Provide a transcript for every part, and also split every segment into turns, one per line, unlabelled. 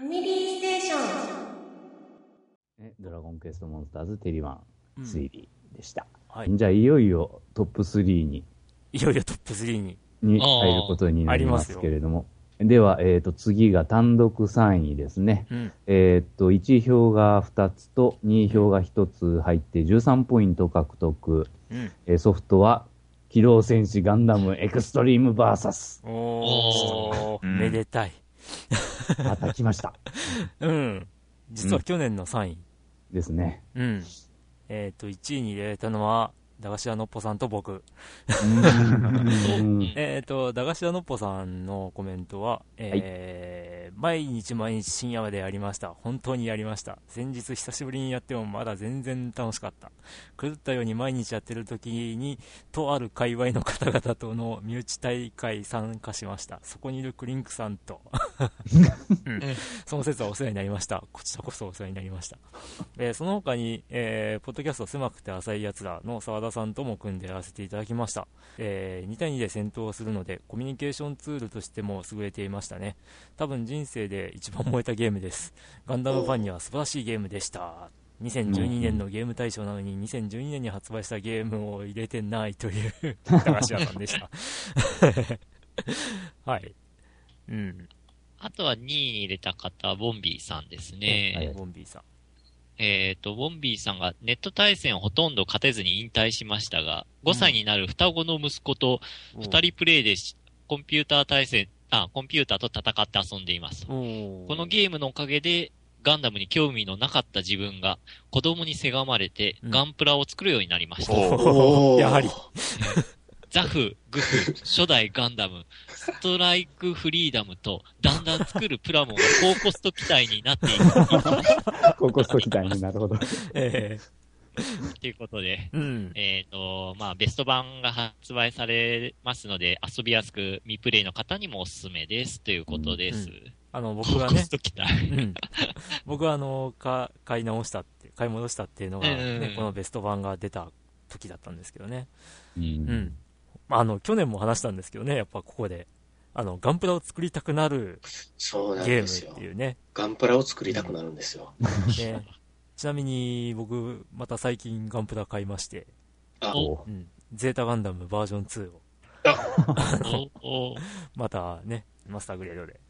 ァミリーステーション。
ねドラゴンクエストモンスターズテリマン推理でした。
はい。
じゃあ、いよいよトップ3に
いよいよトップ3に。
に
あー
入ることになりま
あります
す
よ
けれども。では、えっ、と、次が単独3位ですね。
うん。
えっ、と、1票が2つと2票が1つ入って13ポイント獲得。
うん。
えーソフトは、機動戦士ガンダムエクストリームバーサス。
おー、
うん
めでたい。
また来ました。
うん。実は去年の3位。
ですね。
うん。えっ、と、1位に入れたのは、駄菓子屋のっぽさんと僕。
うん
えっ、と、駄菓子屋のっぽさんのコメントは、えー毎日毎日深夜までやりました。本当にやりました。先日久しぶりにやってもまだ全然楽しかった。狂ったように毎日やってる時に、とある界隈の方々との身内大会参加しました。そこにいるクリンクさん と、うんその説はお世話になりました。こちらこそお世話になりました。えーその他に、えーポッドキャスト狭くて浅いやつらの澤田さんとも組んでやらせていただきました、え2対2で戦闘をするのでコミュニケーションツールとしても優れていましたね多分人生で一番燃えたゲームですガンダムファンには素晴らしいゲームでした2012年のゲーム大賞なのに2012年に発売したゲームを入れてないという駄菓子屋さんでした はいうん、
あとは2位に入れた方、ボンビーさんです
はいは
ね。
い
ボンビーさん
えっ、と、ボンビーさんがネット対戦をほとんど勝てずに引退しましたが、5歳になる双子の息子と2人プレイでしコンピューター対戦、あ、コンピューターと戦って遊んでいます。こ
こ
のゲームのおかげで、ガンダムに興味のなかった自分が、子供にせがまれて、
うん
ガンプラを作るようになりました。
おー
やはり。
ザフ、グフ、初代ガンダム、ストライクフリーダムと、だんだん作るプラモが高コスト機体になっていく
高校スト期待になるほど。
え
ということ
え
で、
うん
えっ、と、まあ、ベスト版が発売されますので、遊びやすく未プレイの方にもおすすめです、ということです。
あの、僕
高
は
コ
ね
ス、ト機体。
うん 僕はあの、か、買い直したって、買い戻したっていうのが、
うんうんう
ね
ん、
このベスト版が出た時だったんですけどね。
う
うんん。まあ、あの、去年も話したんですけどね、やっぱここで、あの、ガンプラを作りたくなる
そうなん
ゲ
です
ーム
よ
って。いうね。
ガンプラを作りたくなるんですよ。
ね ちなみに、僕、また最近ガンプラ買いまして、
あ、
お
お
うん。ゼータガンダムバージョン2を、
おお
またね、マスターグレードで。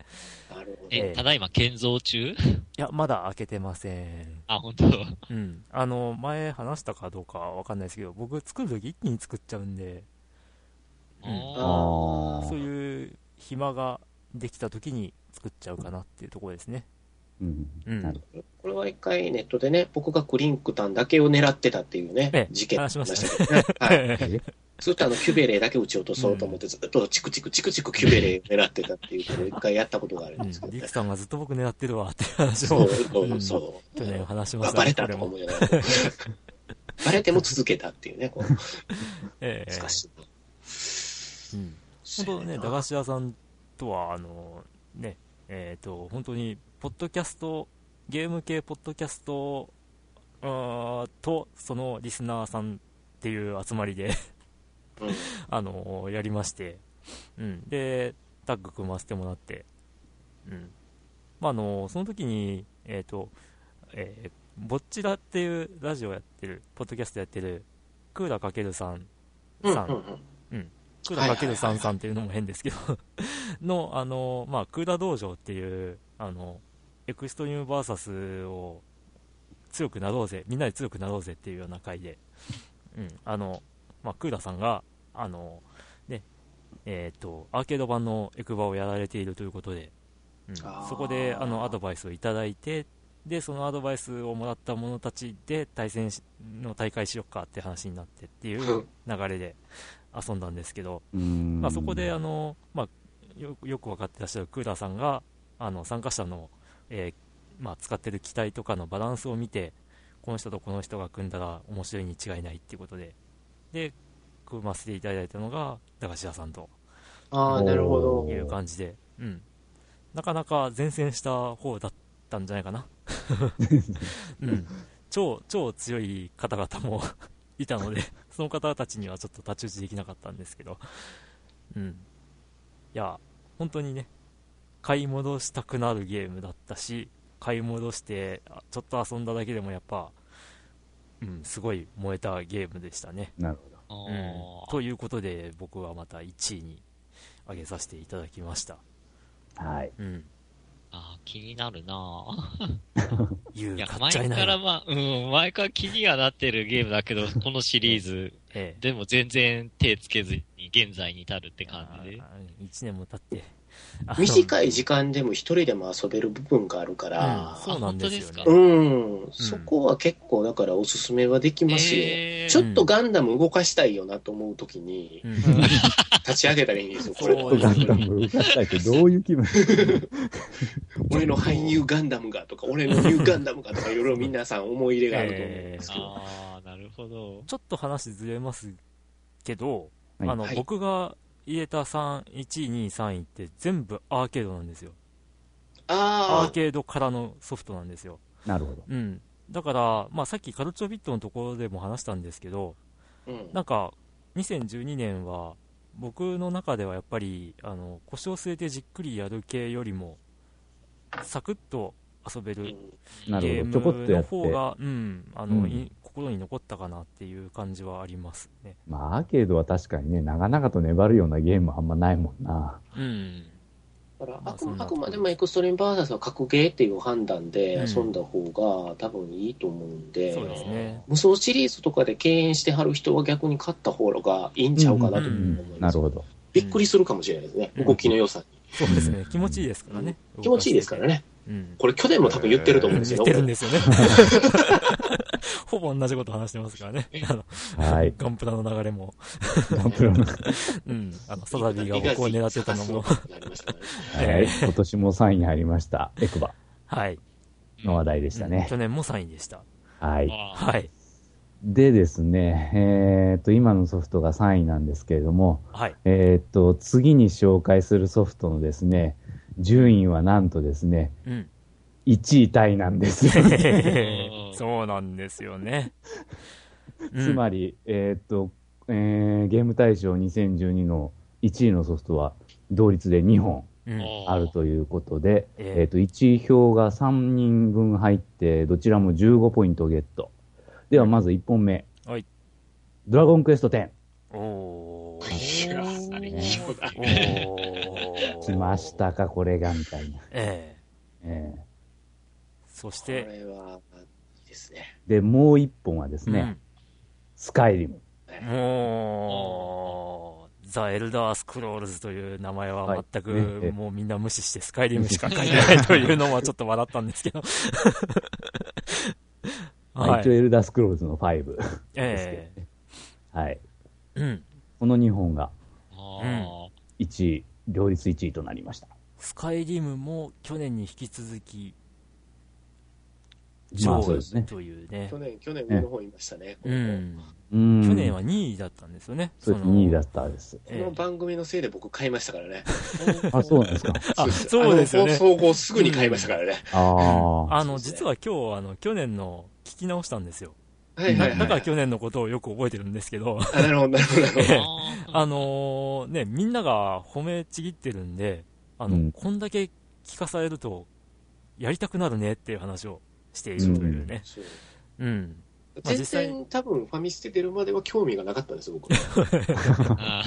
なるほど。
え、ただいま建造中
いや、まだ開けてません。
あ、本当。
うん。あの、前話したかどうかわかんないですけど、僕作るとき一気に作っちゃうんで、うん
あ
そう
ー
いう暇ができた時に作っちゃうかなっていうところですね。
うん
うん
なる
これは一回ネットでね、僕がクリンクタンだけを狙ってたっていう
え
ね、
え
事件
話しました
けどね。 はい。
え
ずっとあの、キュベレーだけ撃ち落とそうと思って、ずっとチクチクチクチクキュベレー狙ってたっていうことを一回やったことがある
うんん、
ですけ ど
リ
ね
ク。さんがずっと僕狙ってるわっていう話
そう
を
そうそう。
去年話しま
あ
した
バ
ね、
レ
こ
た
れ
と
も。
思いながら。バレても続けたっていうね、こう、
ええ
難しい。
うん本当ね、駄菓子屋さんとは、あの、ね、えっ、と、本当に、ポッドキャスト、ゲーム系ポッドキャスト、あーと、そのリスナーさんっていう集まりで、
うん
あのやりまして、うん、で、タッグ組ませてもらって、うん。まあ、あのその時に、えっ、と、えー、ぼっちらっていうラジオやってる、ポッドキャストやってる、クーラーかけるさん、
うん
さん、
うん
クーラーかけるさんさんっていうのも変ですけど、 の、あのまあ、クーラー道場っていう、あの、エクストリームバーサスを強くなろうぜ、みんなで強くなろうぜっていうような回で、うん、あの、まあ、クーラーさんが、あの、ね、えっ、と、アーケード版のエクバをやられているということで、うん
あー
そこで、あの、アドバイスをいただいて、で、そのアドバイスをもらった者たちで対戦しの大会しよっかって話になってって いう流れで遊んだんですけど、
うん
まあ、そこであの、まあ、よよく分かってらっしゃるクーラーさんがあの参加者の、えーまあ、使ってる機体とかのバランスを見てこの人とこの人が組んだら面白いに違いないっていうことでで組ませていただいたのが駄菓子屋さんと
ああ、なるほ
お
ど
ー。
いう感じで、うん、なかなか前線した方だったんじゃない かな、うん、超超強い方々も いたのでその方たちにはちょっと太刀打ちできなかったんですけど、うん、いや本当にね買い戻したくなるゲームだったし、買い戻して、あちょっと遊んだだけでもやっぱ、うん、すごい燃えたゲームでしたね。
なるほど。
あ
うん
ー
ということで、僕はまた1位に上げさせていただきました。
はい。
うん。
あー気になるなぁ。
言う
いや、
買っ
前
ちゃいな
か
いな
らまあ、うん、前から気にはなってるゲームだ けど、このシリーズ、
ええ
でも全然手つけずに現在に至るって感じで。
1年も経って。あの
短い時間でも一人でも遊べる部分があるか
うん
ら、
そうなんですよね
あ本当ですか
うん、そこは結構だからおすすめはできますよ。
えー
ちょっとガンダム動かしたいよなと思うときに、
うん
立ち上げたらいいんですよ、こ
そ
れ
う。
ガンダム動かしたいってどういう気分
俺の俳優ガンダムがとか、俺のニューガンダムがとか、いろいろ皆さん思い入れがあると思うんですけど。
ああ、なるほど。
ちょっと話ずれますけど、
はい
あの
はい
僕が入れた3 1位、2位、3位って全部アーケードなんですよ。アー
ああ、
ケードからのソフトなんですよ。
なるほど。
うん。だから、まあ、さっきカルチョビットのところでも話したんですけど、
うん
なんか、2012年は、僕の中ではやっぱり、あの、腰を据えてじっくりやる系よりも、サクッと遊べる
な
ゲ
るほど。
ー
ちょこっ
ム
とや
の
って。
方が、うん、あの、
うん
い心に残ったかなっていう感じはありますね。
まあ、アーケードは確かにね、長々と粘るようなゲームはあんまないもんな。
うん。
だから
まあ
あく
そんな
あくまでもエクストリームバーサスは格ゲーっていう判断で
うん
遊んだ方が多分いいと思うんで、
そうですね。
無双シリーズとかで敬遠してはる人は逆に勝った方がいいんちゃうかなと
う
思います、
ん、なるほど。
びっくりするかもしれないですね、
うん
動きの良さに、
そうですね。気持ちいいですからね。
気持ちいいですからね
うん。
これ去年も多分言ってると思うんです
言
よ、
ってるんですよ ね。ほぼ同じこと話してますからね。あの、
はい。
ガンプラの流れも。
ガンプラの。
うん。あの、サザビーが僕を狙ってたのも。
なりましたね
はい。今年も3位に入りました。エクバ
はい。
の話題で
で
したね
去。年も3位でした。
はい。
あー
はい。
でですね、えーっと、今のソフトが3位なんですけれども、
はい。
えーっと、次に紹介するソフトのですね、順位はなんとですね、
うん。
1位タイなんです よ。
そうなんですよね。
つまり、えーっと、えーゲーム大賞2012の1位のソフトは同率で2本
り、うん
ある。ということで、
え
え
え
ーっと、1位票が3人分入って、どちらも15ポイントゲット。では、まず1本目。
はい
ドラゴンクエスト10。
お
いやあれ
ー。おー
来まし。たか、これが、みたいな。
ええ。
えー
そし
これ
て、
はいいですね
で、もう1本はですね、スカイリム。
うんもう、ザ・エルダースクロールズという名前
は
はい全く、
ええ
もうみんな無視してスカイリムしか書いてないというのはちょっと笑ったんで すけど。は
一応、
い。
エルダースクロールズの5ですけど
え
ね。はい。
えうん。
この2本が
あ
1位、両立1位となりました。
スカイリムも去年に引き続き、
ま
上
あそうです
位
ね。
というね。
去年去年上の方いましたね
う
この
ん。
うん。
去年は2位だったんですよね。
そう
の
2位だったです。
この番組のせいで僕買いましたからね。
あ、そうなんです か。
あそうですよね
あの放送後すぐに買いましたからね。
ああ。
あの、実は今日、あの、去年の聞き直したんですよ。
はいはいはい。
だから去年のことをよく覚えてるんですけど、
あなるほど、なるほど、なるほ
ー
ど。
あ
あのーね、みんなが褒めちぎってるんで、あの、
うん
こんだけ聞かされると、やりたくなるねっていう話をしているというね。
そう
うん。まあ
全
実際
然多分ファミステ出るまでは興味がなかったんですよ、僕は。
ーあ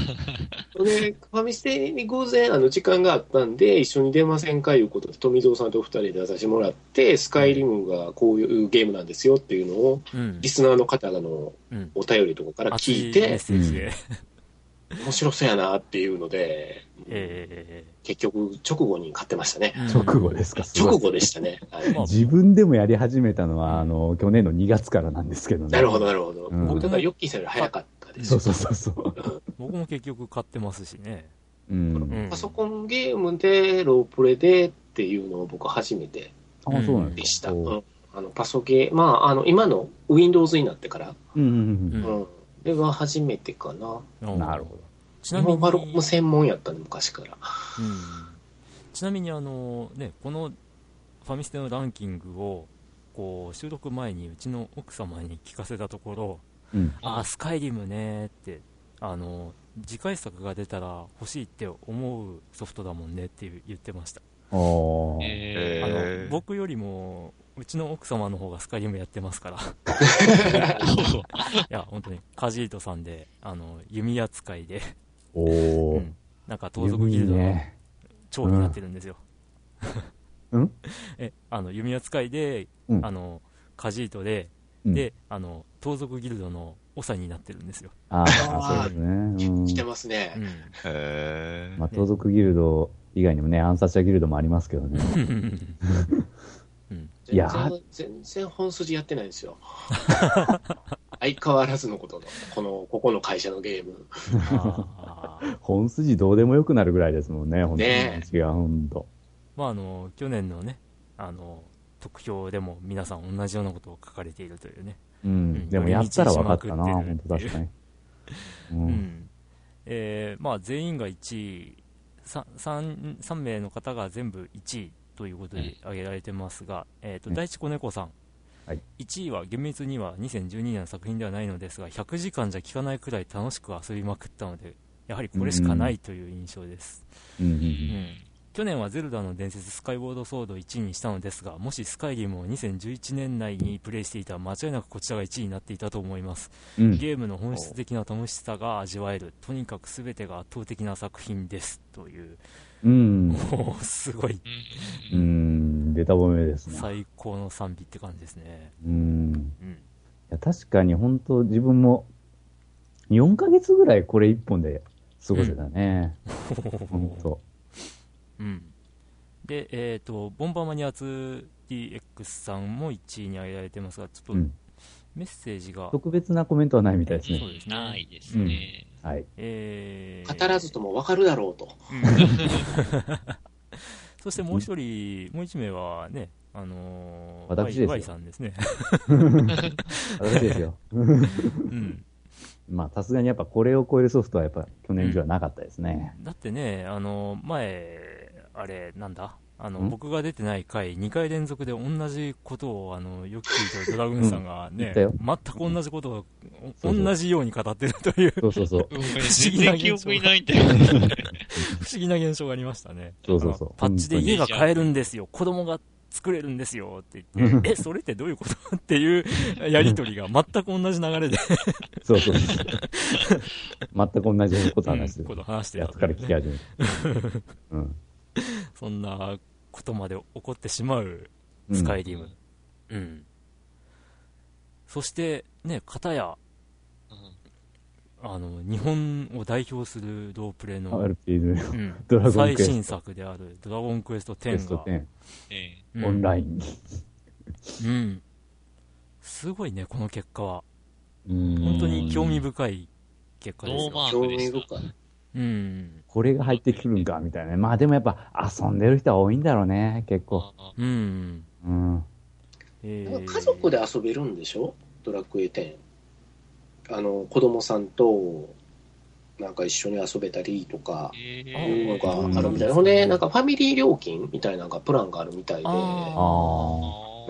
ー
で、ファミステに偶然あの時間があったんで、一緒に出ませんかいうことで、富蔵さんと二人で出させてもらって、スカイリムがこういうゲームなんですよっていうのを、
うん
リ。スナーの方の
うん。
お便りとかから
熱
聞
メ
い
ッ
て、
セージで。
面白そうやなっていうので、
ええ
結局直後に買ってましたね。
直後ですか、すご
直
い。
後でしたね。はい
まあ
自分でもやり始めたのは、あの、去年の2月からなんですけどね。
なるほど、なるほど。
うん
僕、だから、ヨッキーさんより早かったです
そうそうそうそう。
僕も結局買ってますしね。
う。
うんん。
パソコンゲームで、ロープレでっていうのを僕初めて
あ、そうなん
で
で
し
す
た。
か。
う
うん
あのパソゲー、まあ、あの、今の Windows になってから、
んうん
うん
うん。それが初めてかな。
うん。なるほど。
ちなみ
モ
に、
バロック専門やったね、昔か
うん
ら。
ちなみにあの、ね、このファミステのランキングをこう収録前にうちの奥様に聞かせたところ
うん。
あースカイリムねーってあの次回作が出たら欲しいって思うソフトだもんねっていう言ってました
おー
え
あ
ー
の
えー
僕よりも、うちの奥様の方がスカイリムやってますから。 いや、本当に、カジートさんで、あの、弓矢使いで、
お
う
ー
んなんか盗賊ギルドの
ね。
長になってるんですよ。
うん
え、あの、弓矢使いで、
うん
あの、カジートで、
うん
で、あの、盗賊ギルドの長になってるんですよ。
ああ、そうですね。うん
してますね
う。ん
え
まあ、盗賊ギルド以外にもね、暗殺者ギルドもありますけどね。
うん。
いや
全然全然本筋やってないんですよ。 相変わらずのことの、この、ここの会社のゲーム。
あー
本筋どうでもよくなるぐらいですもんね、本当に。
ね
違う、ほんと。
まあ、あの、去年のね、あの、得票でも皆さん同じようなことを書かれているというね。
うんん。でもやったら分かったな、
寄り道しまくって
本
る
当確かに。う。
うんんえーまあ、全員が1位 3, 3, 名の方が全部1位ということで挙げられてますが、えー、と
うん
第一子猫さん、
はい
1位は厳密には2012年の作品ではないのですが100時間じゃ聞かないくらい楽しく遊びまくったのでやはりこれしかないという印象です、
うんうんう
うんん
去年は「ゼルダの伝説スカイボードソード」1位にしたのですがもしスカイリムを2011年内にプレイしていたら間違いなくこちらが1位になっていたと思います
うん。
ゲームの本質的な楽しさが味わえる、とにかく全てが圧倒的な作品ですという、
うん。
もうすごい
うんん。べた褒めですね。
最高の賛美って感じですね。
うん。
うん、
いや確かに本当自分も4ヶ月ぐらいこれ1本で過ごせたね。本当。
うん、で、えっ、と、ボンバーマニア 2DX さんも1位に挙げられてますが、ちょ
う
っと
ん。
メッセージが、
特別なコメントはないみたいです
そ
ね
う。ですね
ないですね。
はい。
えー
語らずともわかるだろうと。
そしてもう一人、もう一名はね、あのー、
私ですよ
Y さんですね。
私ですよ。
うん
まあ、さすがにやっぱこれを超えるソフトはやっぱ去年以上はなかったですね。
だってね、あの前、あれ、なんだあの
ん
僕が出てない回、2回連続で同じことをあのよく聞いたドラグーンさんが
言
ね、
ったよ
全く同じことを、
そうそう
同じように語ってるという、
そうそうそう。
ごめん
議
全
な
然
現
記
象
憶にないんだよね。
不思議な現象がありましたね、
そうそうそう
あのパッチで
本当に
家が買えるんですよ、子供が作れるんですよって言って、え、それってどういうことっていうやりとりが全く同じ流れで、
そうそうそう。全く同じこと話
う
す
ん。こと話して
や
た
つから聞き始める。うん。
そんなことまで起こってしまう
うん
スカイリム。うん。そして、ね、片や、あの、日本を代表するロープレの、
RPG の
うん
ドラゴン
最
クエス
新作であるドラゴンクエスト
トクエス
10
ト
が、
10、
え
うん
オンライン。
うん。すごいね、この結果は。
うん
本当に興味深い結果
え
です
ノー
よ。
マー
興
クで
味
した
深。い。
うん。
これが入ってくるんか、みたいなね。まあでもやっぱ遊んでる人は多いんだろうね、結構。
あ
うん。
うん。
え
なんか家族で遊べるんでしょドラクエ10。あの、子供さんと、なんか一緒に遊べたりとか、
え
あ
いうの
ー
があるみたいな。ほんで、なんかファミリー料金みたいなのがプランがあるみたいで、
あ
あ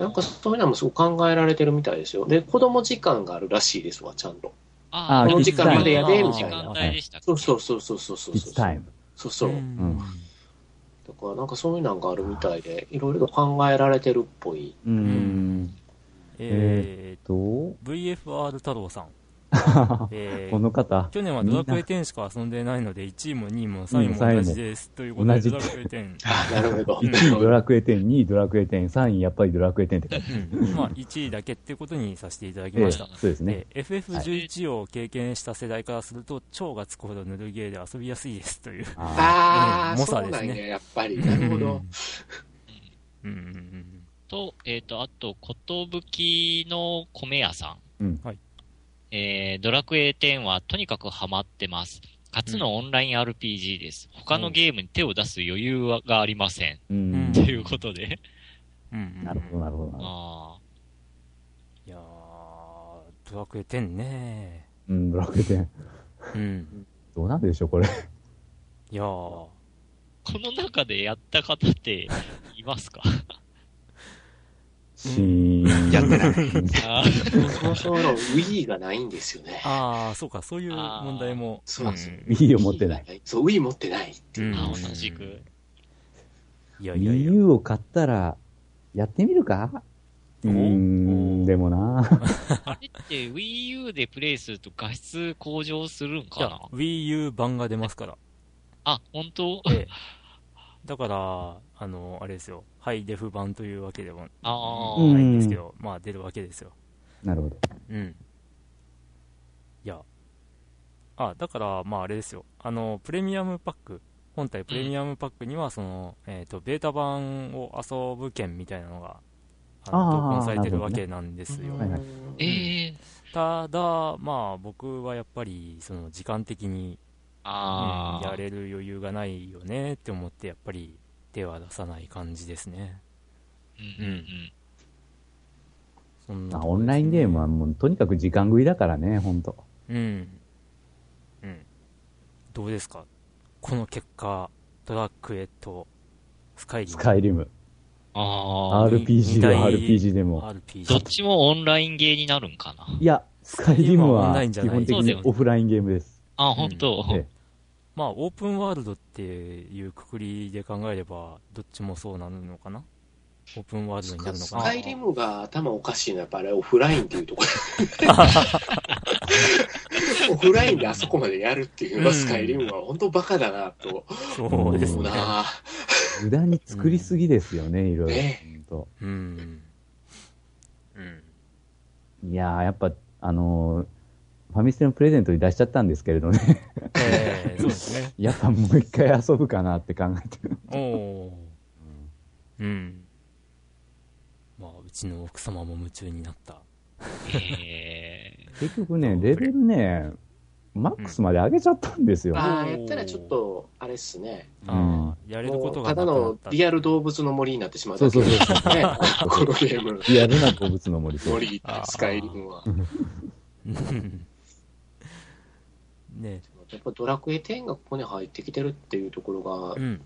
あ。
なんかそういうのもすごく考えられてるみたいですよ。で、子供時間があるらしいですわ、ちゃんと。
あー
この時間までやで
この
みたい
時
な
間帯でしたっけ
そうそうそうそうそうそう。
It's time.
そうそう。
うん
だからなんかそういうのがあるみたいで、いろいろと考えられてるっぽい。
うーん。
え
と、こ
ー VFR 太郎 さん。えー
の方。
去年はドラクエ10しか遊んでないので、1位も2位も3位も
うん
同じです。ということ
同
で、
じ
ドラクエ10。
なるほど。
1位ドラクエ10、2位ドラクエ10、3位やっぱりドラクエ10って感じ。
うんまあ、1位だけっていうことにさせていただきました。
そうですね。
えー FF11 を経験した世代からすると、超がつくほどぬるゲーで遊びやすいですという。
あ
うん
ああ、
猛
そ
者
う
ですね
なんや、やっぱり。なるほど。
うんうんうん
と、えっ、と、あと、ことぶきの米屋さん。
うん
はい
えードラクエ10はとにかくハマってます。初のオンライン RPG です。他のゲームに手を出す余裕はがありません。
う
うん
ん
と。いうことで。
うんうん
なるほど、なるほどなるほど。
あ
いやー、ドラクエ10ね
うん、ドラクエ10。
うん。
どうなんでしょう、これ。
いやー、
ーこの中でやった方っていますか
シーン。。
やってない
あー
そもそもの Wii がないんですよね。
あー、そうか、そういう問題も。
そうなんですよ
いいよ、持ってない。
そう、Wii 持ってない。
うん
あー、同じく。
いいやいやいや。
EU を買ったら、やってみるかうーん、でもな。
あれって Wii U でプレイすると画質向上するん
い
か
や
な、
Wii U 版が出ますから。
あ、本当
ええだから、あの、あれですよ。ハイデフ版というわけでも
あ
う
ー
ん
ないんですけど、まあ出るわけですよ。
なるほど。
うん。いや。あ、だから、まああれですよ。あの、プレミアムパック、本体プレミアムパックには、その、えっ、と、ベータ版を遊ぶ券みたいなのが、あの、
あー
同梱されてるわ
な
けなんですよ。
はいはい
ええ
ただ、まあ僕はやっぱり、その、時間的に、
あ
うん
あ、
やれる余裕がないよねって思って、やっぱり手は出さない感じですね。
うんうんうん。
そんな
まあ、
とこ
オ
ですね
ンラインゲームはもう、とにかく時間食いだからね、ほんと。
うん。うん。どうですかこの結果、ドラクエとスカイリ
ス
ム。
カイリム。
ああ、
RPG は
二大
RPG でも。
RPG。
どっちもオンラインゲーになるんかな。
いや、スカイリム
オン
は
ライン
基
じゃない
本的にオフラインゲームです。
あ、本当、
ええ
まあ、オープンワールドっていうくくりで考えれば、どっちもそうなるのかなオープンワールドになるの
ス
かな
カイリムが頭おかしいのはやっぱあれオフラインっていうとこ ろオフラインであそこまでやるっていう
う
のは
ん
スカイリムは本当バカだなと
そうです
思う
ね。
な
無駄に作りすぎですよね、いろいろ
ね
ほんと。
うん。うん。
いやー、やっぱ、あのーファミステのプレゼントに出しちゃったんですけれどね。
ええそうですね。
やっぱもう一回遊ぶかなって考えてる。
おおー。うん。まあ、うちの奥様も夢中になった。
ええ
結局ね、レベルね、マックスまで上げちゃったんですよ。
ああやったらちょっとあれっすね
ああ、やれること
もう
が
ただ
なくな
の
った。
リアル動物の森になってしまったけど
そうそう
ねこのゲ ーム
リアルな動物の森と。
森スカイリムは
うん ね
やっぱドラクエ10がここに入ってきてるっていうところが
うん。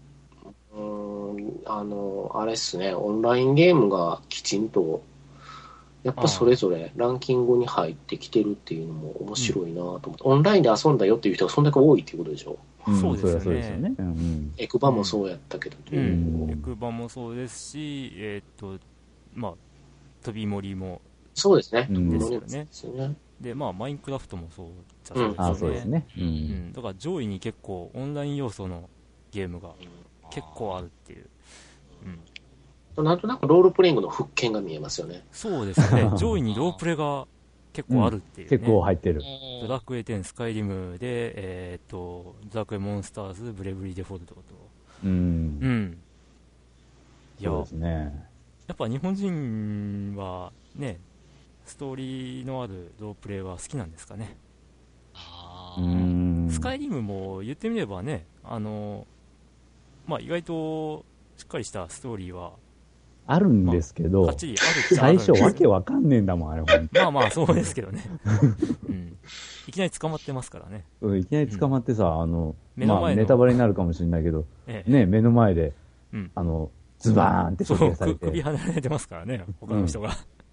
うーんあの、あれっすね、オンラインゲームがきちんと、やっぱそれぞれランキングに入ってきてるっていうのも面白いなと思って、オンラインで遊んだよっていう人がそんだけ多いっていうことでしょ。
ん
そうですよ
そりゃ
ね
そうですよね。うん
エクバもそうやったけど、
う
うん
ん。役場もそうですし、えーっと、まあ、飛び森も、
そうですね。
うん
ですよね
ですよね。
で、まあ、マインクラフトもそうじゃ
うん
ああ、そうです。ね。う。
うんん。だから上位に結構オンライン要素のゲームが結構あるっていう。うん。
なんとなくロールプレイングの復権が見えますよね。
そうですね。 上位にロープレが結構あるっていう、ね
結構入ってる。
ドラクエ10、スカイリムで、えーっと、ドラクエモンスターズ、ブレイブリーデフォルトと。
うん
う。ん。いや、
そう
や
ですね。
っぱ日本人はね、ストーリーのあるロープレイは好きなんですかね。
あ
う
ー
ん。
スカイリムも言ってみればね、あの、まあ意外としっかりしたストーリーは、
あるんですけど
かっ、ちりあるっちゃあるん
最
で
初
す
わけわかんねえんだもん、あれ、ほん
まあまあそうですけ どね。うん。いきなり捕まってますからね。
とうんいきなり捕まってさ、あの、
目の前の
まあ、ネタバレになるかもしれないけど、
ええ、
ね、目の前で
うん、
あの、ズバーンって
そ
処
う、
刑され
く首
て。
離れてますからね、他の人が。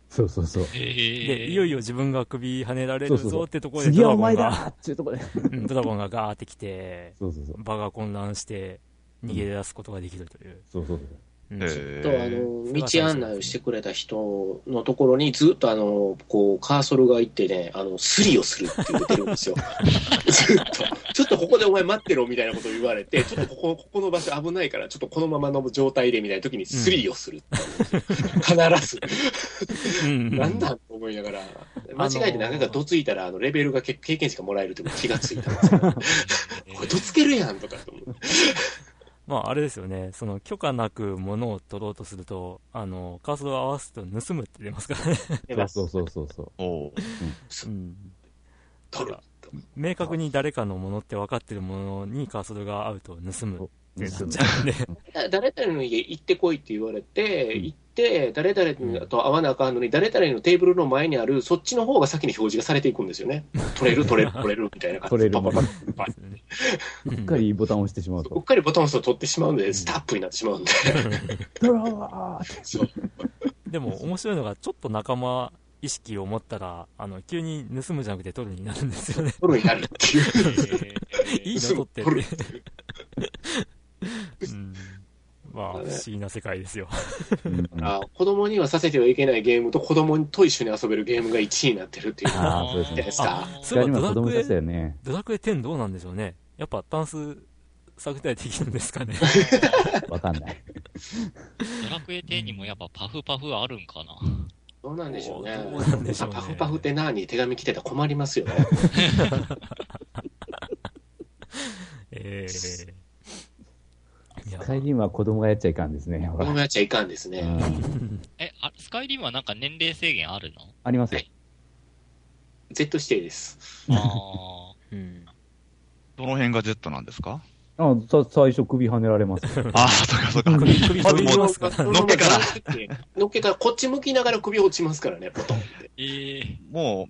そうそうそう。
ええ
で、いよいよ自分が首跳ねられ
そ
る
うそうそ
ぞ
う
ってところで
次
ド
は
ラ
お
ゴン
前だ
が、
ーっていうところで。
うんドラゴンがガーってきて、
そうそうそう。
場が混乱して逃げ出すことができるという。
そうそう
うん
と、あ
え
の、道案内をしてくれた人のところにずっとあの、こう、カーソルがいってね、あの、スリをするって言ってるんですよ。 ずっと。ちょっとここでお前待ってろみたいなことを言われて、ちょっとここ、ここの場所危ないから、ちょっとこのままの状態でみたいな時にスリをするっていう。必ず。
うん
なんだと思いながら、間違えて何回かどついたら、あの、レベルがけ経験値がもらえるってことに気がついた んですよ。これどつけるやんとかと思って。
まあ、あれですよね。その、許可なく物を取ろうとすると、あの、カーソルを合わすと盗むって出ますからね。
そう。そうそうそうそう。
おう
うん
取る。
明確に誰かのものって分かってるものにカーソルが合うと盗むってなっち
盗
ゃうんで。
だ誰々の家行ってこいって言われて、行って、誰々と会わなあかんのに、誰々のテーブルの前にある、そっちの方が先に表示がされていくんですよね。取れる、取れる、取れる、みたいな感
取
じ
れ
で。
る
パ
パ
パ
パ
パ
う
うん
っかりボタンを押してしまう
うっ
と。
かりボタンを押すと取ってしまうんで、スタップになってしまうんで。
ドローって
そう
でも、面白いのが、ちょっと仲間意識を持ったら、あの、急に盗むじゃなくて取るになるんですよね。
取るになるっていう。
え え
いいの取ってって。うんまあまあ、不思議な世界ですよ。
うん
あ子供にはさせてはいけないゲームと子供と一緒に遊べるゲームが1位になってるっていうのが
あーそうですね
でした
そ
二人
れは
も
ド
子供
ラク
でした
エ、
よね。
ドラクエ10どうなんでしょうね。やっぱ単数削減できるんです かね。
わかんない。
ドラクエ10にもやっぱパフパフあるんかな。
どうなんでしょうね。
どうなんでしょうね
パフパフって何手紙来てたら困りますよね。
ええいや、
最近は子供がやっちゃいかんですね。
このやっちゃいかんです
う
ね。
ん
え、あスカイリムはなんか年齢制限あるの
ありますよ。
Z 指定です。
あ
うん。
どの辺が Z なんですか
あさ最初首跳ねられます。
ああ、そっかそっか。
首、首
まず
飛びますか
こ
ら
の
ね。
ま
乗
ま
っけから
乗っけからこっち向きながら首落ちますからね、ポトンって。
ー。 ええ
も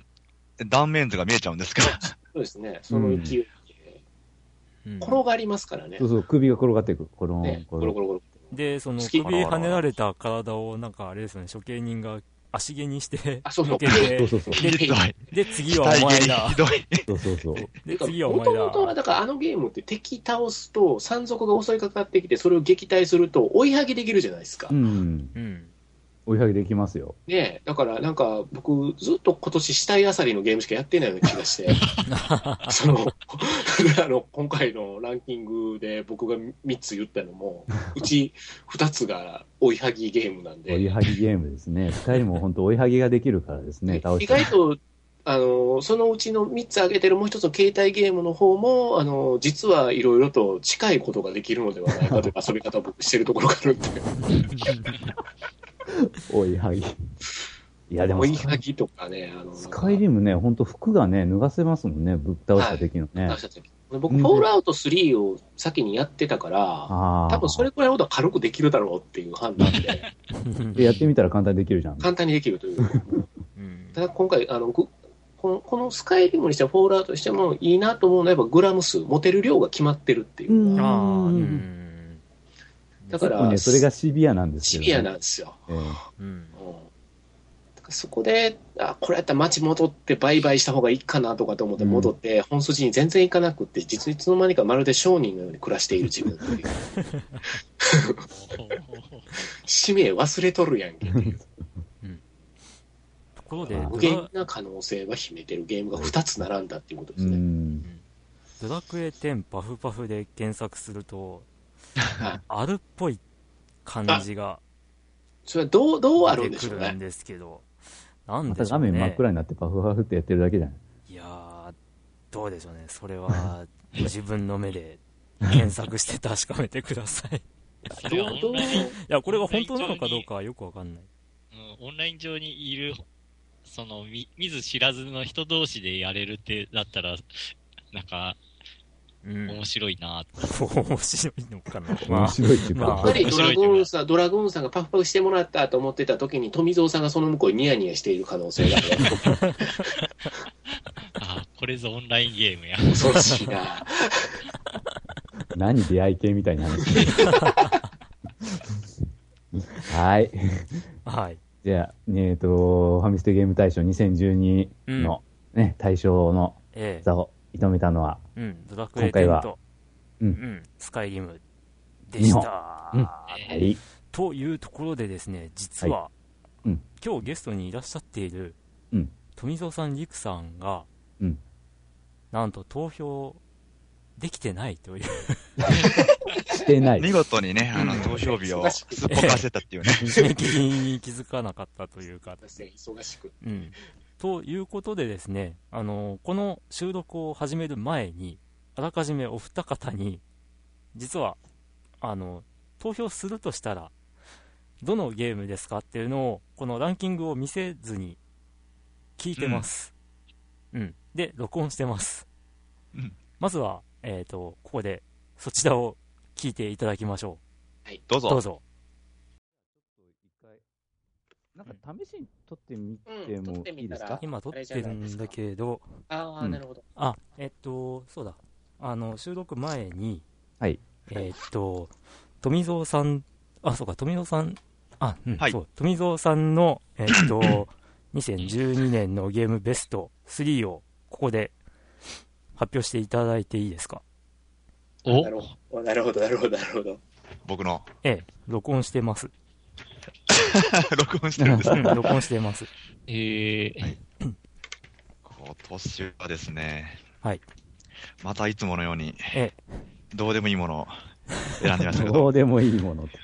う、断面図が見えちゃうんですか
そうですね。その勢いで。
うん
転がりますからね
そう。そう、首が転がっていく。この、
ね、
こ
ゴロ
の
ゴロゴロ。
で、その、
好
首
き
跳ねられた体を、なんかあれですよね、処刑人が足毛にして、
あそうそう
避け
そう
て、
そうそう。
ひどい。
で、次
ひ
はお前だ
ひ。どい。
そうそうそう。
で、
も
次は
と
お前
もとは、
だ。
だからあのゲームって敵倒すと山賊が襲いかかってきて、それを撃退すると追いはぎできるじゃないですか
う。ん。
うん。
追いかけできますよ。
ねえ、だからなんか僕ずっと今年死体あさりのゲームしかやってないような気 がして、その、 あの、今回のランキングで僕が3つ言ったの も、うち2つが追いはぎゲームなん
追い
で、
はぎゲームですね。二人も本当追いはぎができるからですね。倒
意
して。
外と、あの、そのうちの3つ挙げてるもう一つの携帯ゲームの方も、あの、実はいろいろと近いことができるのではないかという遊び方を僕してるところがあるんで、
追いはぎ。いや、でも
追い、はぎとかね、あの、
スカイリムね、本当服がね、脱がせますもんね。ぶっ倒した時のね。
出した時僕、フォールアウト3を先にやってたから、
ああ。
多分それくらいのことは軽くできるだろうっていう判断で、
でやってみたら簡単にできるじゃん。
簡単にできるという。
うん
ただ今回、あの、ぐこの、このスカイリムにしてもフォールアウトにしてもいいなと思うのはやっぱグラム数、持てる量が決まってるっていうう。
ん
ああ、うん。
だか
結
ら
構ね、それがシビアなんです
シ
よ、ね。
ビアなんですよ。
ええ
うん
うんだからそこで、あ、これやったら街戻って売買した方がいいかなとかと思って戻って、本筋に全然行かなくって、実にいつの間にかまるで商人のように暮らしている自 分っていう使命忘れとるやんけっていう。
ところで、
あー
無
ド
限
ラ
な可能性は秘めてるゲームが2つ並んだっていうことで
う
すね。
ん。
ドラクエ10パフパフで検索すると
はい、
あるっぽい感じが
それはどう、どうある
出
ん
て
でしょ
く
う
る
ね
ん。ですけど、なん
ま
で
た
しょ
画
うね。
面真っ暗になってパフパフってやってるだけじゃない。
いやー、どうでしょうね。それ は、ご自分の目で検索して確かめてくださ い。い
それはオンライン、
や、これが本当なのかどうかはよくわかんない。
うんオンライン上にいる、その、見見ず知らずの人同士でやれるってだったら、なんか、
うん。
面白いなぁ
面白いのかな。ま
面
あ、
白いっていうか、
ま
や
あ
っぱりドラグーンさん、ドラグーンさんがパフパフしてもらったと思ってた時に、富蔵さんがその向こうにニヤニヤしている 可能性がある。
あこれぞオンラインゲームや。
恐ろしいな。
何出会い系みたいな話。はい。
はい。
じゃあ、えっ、と、ファミステゲーム大賞2012の、ね、大賞の
ええ。
座を射止めたのは、
うん。ドラクエ
今回
10
は
と、
うん
うん。スカイリムでした。
うん
え
い。
というところでですね、実は、
いうん
今日ゲストにいらっしゃっている、
うん
富蔵さん、陸さんが、
うん
なんと投票できてないという、
してない。
見事にね、あの、投票日をすっぽかしてたっていうね。
締め切りに気づかなかったというか、
忙しく。
うん、ということでですね、あのこの収録を始める前に、あらかじめお二方に、実はあの投票するとしたら、どのゲームですかっていうのを、このランキングを見せずに聞いてます。うん、で、録音してます。
うん
まずは、えっ、と、ここでそちらを聞いていただきましょ
ど う
う。どう
ぞ。
ぞ。
なんか試しに撮ってみ
てもいいですか
今撮ってるんだけど、
ああ、なるほど。
あ、えっと、そうだ。あの、収録前に、
はい。
えっと、富蔵さん、あ、そうか、富蔵さん、あ、うん、
はい
そう、富蔵さんの、えっ と、2012年のゲームベスト3を、ここで発表していただいていいですか
お
なるほど、なるほど、なるほど。
僕の。
ええ、録音してます。
録音してるんです
う
ね。
ん、録音して ます。
えー、
今年はですね、
はい。
またいつものように、
え
どうでもいいものを選んでましたけ
ど
ど、
うでもいいものって。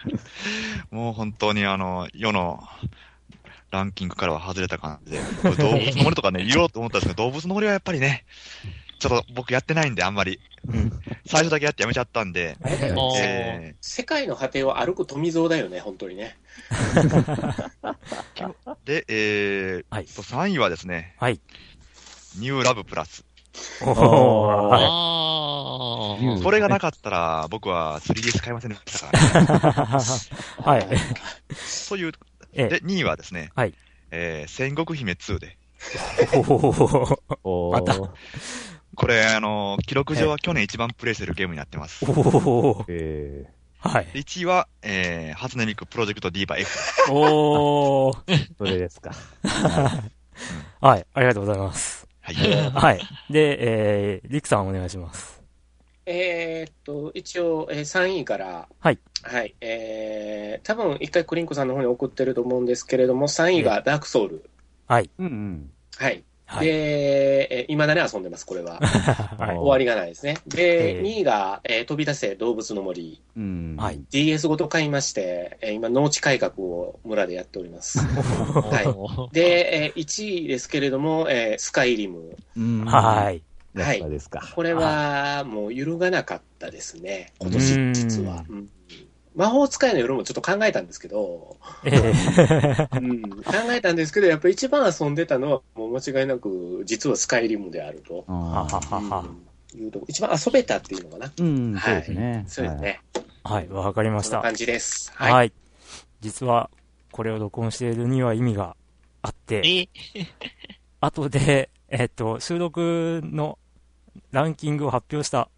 もう本当にあの、世のランキングからは外れた感じで、動物の森とかね、言おうと思ったんですけど、動物の森はやっぱりね、ちょっと僕やってないんで、あんまり。最初だけやってやめちゃったんで、
あ
え
ー
え
世界の果てを歩く富蔵だよね、本当にね。
ーで、えー
はい
と3位はですね、
はい。
ニューラブプラス。
お
お
ー
あ
う
ー
ん
これがなかったら、僕は 3DS 買いませんでしたからね。
はい。
という、
ええ
で、2位はですね、
はい
えー戦国姫2で。
おー
お
また
ー
これ、あのー記録上は去年一番プレイするゲームになってます。
おー
え
はい。
1位は、えー、初音ミクプロジェクト D バ F。
おー
ー、それですか。
はい、ありがとうございます。
はい。
はい。で、えー、リクさんお願いします。
えーっと、一応、えー3位から、
はい。
はい。えー、多分一回クリンコさんの方に送ってると思うんですけれども、3位がダークソウル。
うんうん。
はい。
はい。
で、えー、未だに遊んでます、これは。
はい
終わりがないですね。
え
で、
え
2位が、えー飛び出せ動物の森。
うん。
はい。
DS ごと買いまして、えー今、農地改革を村でやっております。
はい。
で、えー1位ですけれども、えースカイリム。
うん。。
はいい。
やっぱですか。
これは、もう揺るがなかったですね。今年、実は。うん魔法使いの夜もちょっと考えたんですけど、
えー、
うん、考えたんですけど、やっぱり一番遊んでたのは、もう間違いなく、実はスカイリムであると。
はは
あ
う
はは。
んいうとこ一番遊べたっていうのかな。
ーうん、そうですね。
そうですね。
はい、わかりまし
そんな
た。
感じです。
はい。
はい。
実は、これを録音しているには意味があって、
え、
後で、えっと、収録のランキングを発表した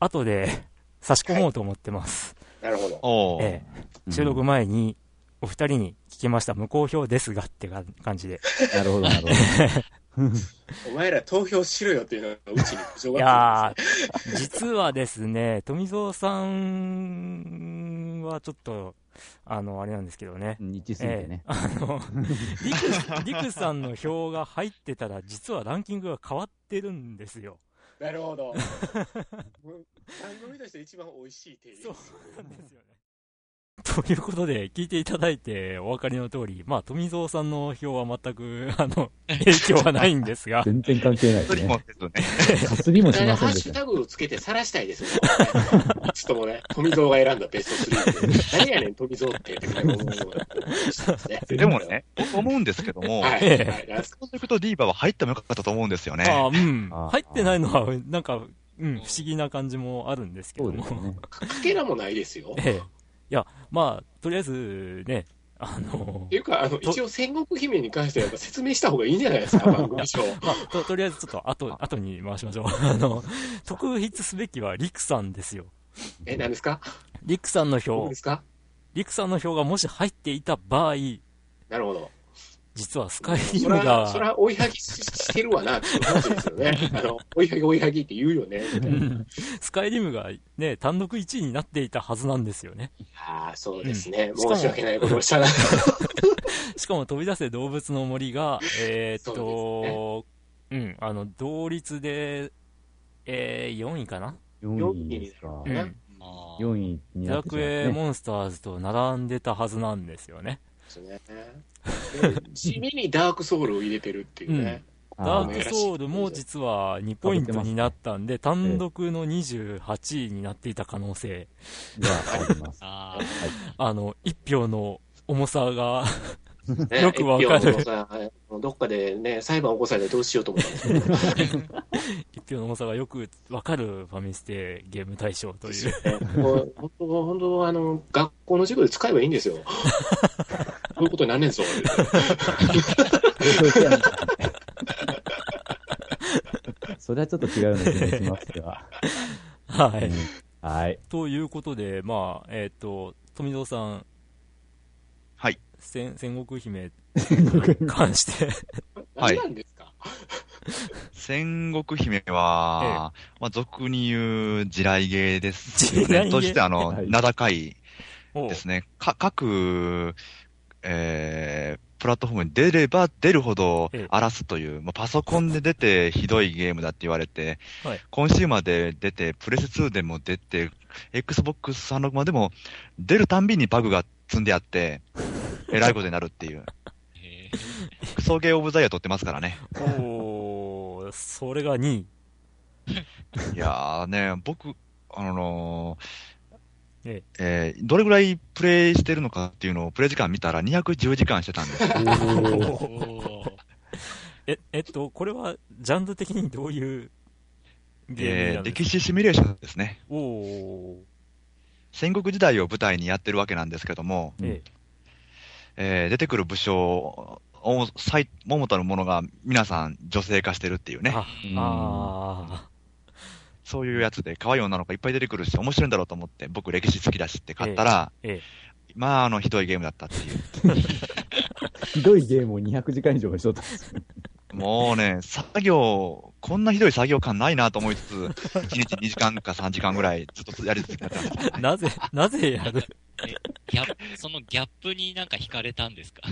後で、 差し込もうと思ってます。
なるほど。
お
え
ー
はい。
ー、収録
も。
前に、お二人に聞きました。無好評ですがってか感じで。
なるほど、なるほど。
お前ら投票しろよっていうのがうちに苦情
い
が
やー、実はですね、 富蔵さんはちょっと、あの、あれなんですけどね。
日すぎて
ええ
ね。
あ の、リク、リクさんの票が入ってたら、実はランキングが変わってるんですよ。
来てるんですねなる ほど。うん番組として一番美味しい提
そう
言。
なんですよね。ということで、聞いていただいてお分かりの通り、まあ、富蔵さんの票は全く、あ の、影響はないんですが、
全然関係ない
一人
ね。
もですよね。
かすりもしませ
ハ
ん
ッ
で
シ
し
ュ
た。
タグをつけて晒したいですよね。 ちょっともうね、富蔵が選んだベスト3。何やねん、富蔵って。って思うのが
でも、ね、僕思うんですけども、
はい。
ええ
はいラス
プロジェクト D バは入ってもよかったと思うんですよね。
ああ、うん
あ。あ
入ってないのは、なんか、うん、不思議な感じもあるんですけ
そ
ど
うです
も。
ね。
かけらもないですよ。っ
ええ。いや、まあ、とりあえず、ね、あの
て、いうか、あの、一応戦国姫に関してはやっぱ説明した方がいいんじゃない ですか、番組上。
まあ、ととりあえずちょっと後、後に回しましょう。 あの、特筆すべきはリクさんですよ。
え、何ですか
リクさんの
僕
票
で、すか
リクさんの票がもし入っていた場合、
なるほど。
実はスカイリ
そ
ム
ら、そ
が、
ら追いはぎししてるわな、っていう話ですよね。 あの、追いはぎ追いはぎって言うよね、みた
う
いな。
んスカイリムがね、単独1位になっていたはずなんですよね。
ああ、そうですね。
しかも
申し訳ないことをしたな。
しかも飛び出せ動物の森 が、えーっ
そ
と、うん、あの、同率で、えー、4位かな
4位ですか
う。ん。
あー
4位に
ド
な
ラ
ってし
ク
まいます
エ
ね。
モンスターズと並んでたはずなんですよね。
ですね。で地味にダークソウルを入れてるっていうね。
ダ
あ
ークソウルも実は2ポイントになったんで、単独の28位になっていた可能性、
ーがあり ます。
あー
あの、1票の重さが、
ね
よくわかる
一票のさどっかでね、裁判起こされてどうしようと思ったんですけど
1票の重さがよくわかるファミステゲーム大賞という。
もう本当、本当、あの、学校の授業で使えばいいん ですよ。こういうことになんねんぞ。
それはちょっと違うような気がしますが。
は
うん
い。
はい。
ということで、まあ、えっ、と、富蔵さん、
はい。
戦戦国姫に関 して、
は
何
い
なんですか
戦国姫は、まあ、俗に言う地雷ゲーです
地
よ
雷
ね。
ゲー
そして、あの
は、い
名高い
おう
ですね、か各、えー、プラットフォームに出れば出るほど
ええ
荒らすという、まあ、パソコンで出てひどいゲームだって言われて、
はい
コンシューマーで出て、プレス2でも出て、Xbox 360までも出るたんびにバグが積んで あって、えらいことになるっていう、
え
クソゲーオブザイヤー取ってますからね。
おーそれが2位。
いやーね、僕、あのー
え
えーどれぐらいプレイしてるのかっていうのをプレイ時間見たら210時間してたんで す。
ーおー
え、えっと、これは、ジャンル的にどういうゲーム
え
な
ー
んです
歴
か、
史シミュレーションですね。
おお
戦国時代を舞台にやってるわけなんですけども、
ーえ
えー出てくる武将、お最桃田のものが皆さん女性化してるっていう
え
ね、
あ、あ
そういうやつで可愛い女の子いっぱい出てくるし、面白いんだろうと思って、僕歴史好きだしって買ったら、
ええ
まあ、あの、ひどいゲームだったっていう。
ひどいゲームを200時間以上しとったんですよ。
もうね、作業、こんなひどい作業感ないなと思いつつ、1日2時間か3時間ぐらいずっとやり続けてたんですよ
ーなぜ、 なぜやる
ギャップそのギャップになんか惹かれたんですか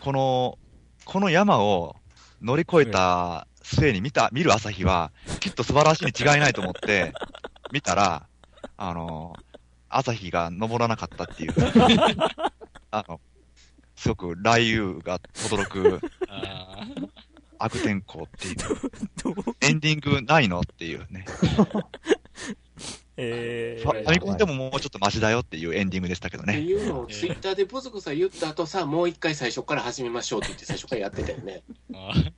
この、この山を乗り越えた末に見た、見る朝日は、きっと素晴らしいに違いないと 思って、見たら、あの、朝日が昇らなかったっ ていう、あの、すごく雷雨が轟く
あー
悪天候っていう、
どう
エンディングないのっていうね。
え
フ
ー
ァファミコンでももうちょっとマシだよっていうエンディングでしたけど
って
ね。
いうのをツイッターでボズコさん言った後さ、もう一回最初から始めましょうって言って最初からやってたよね。
あー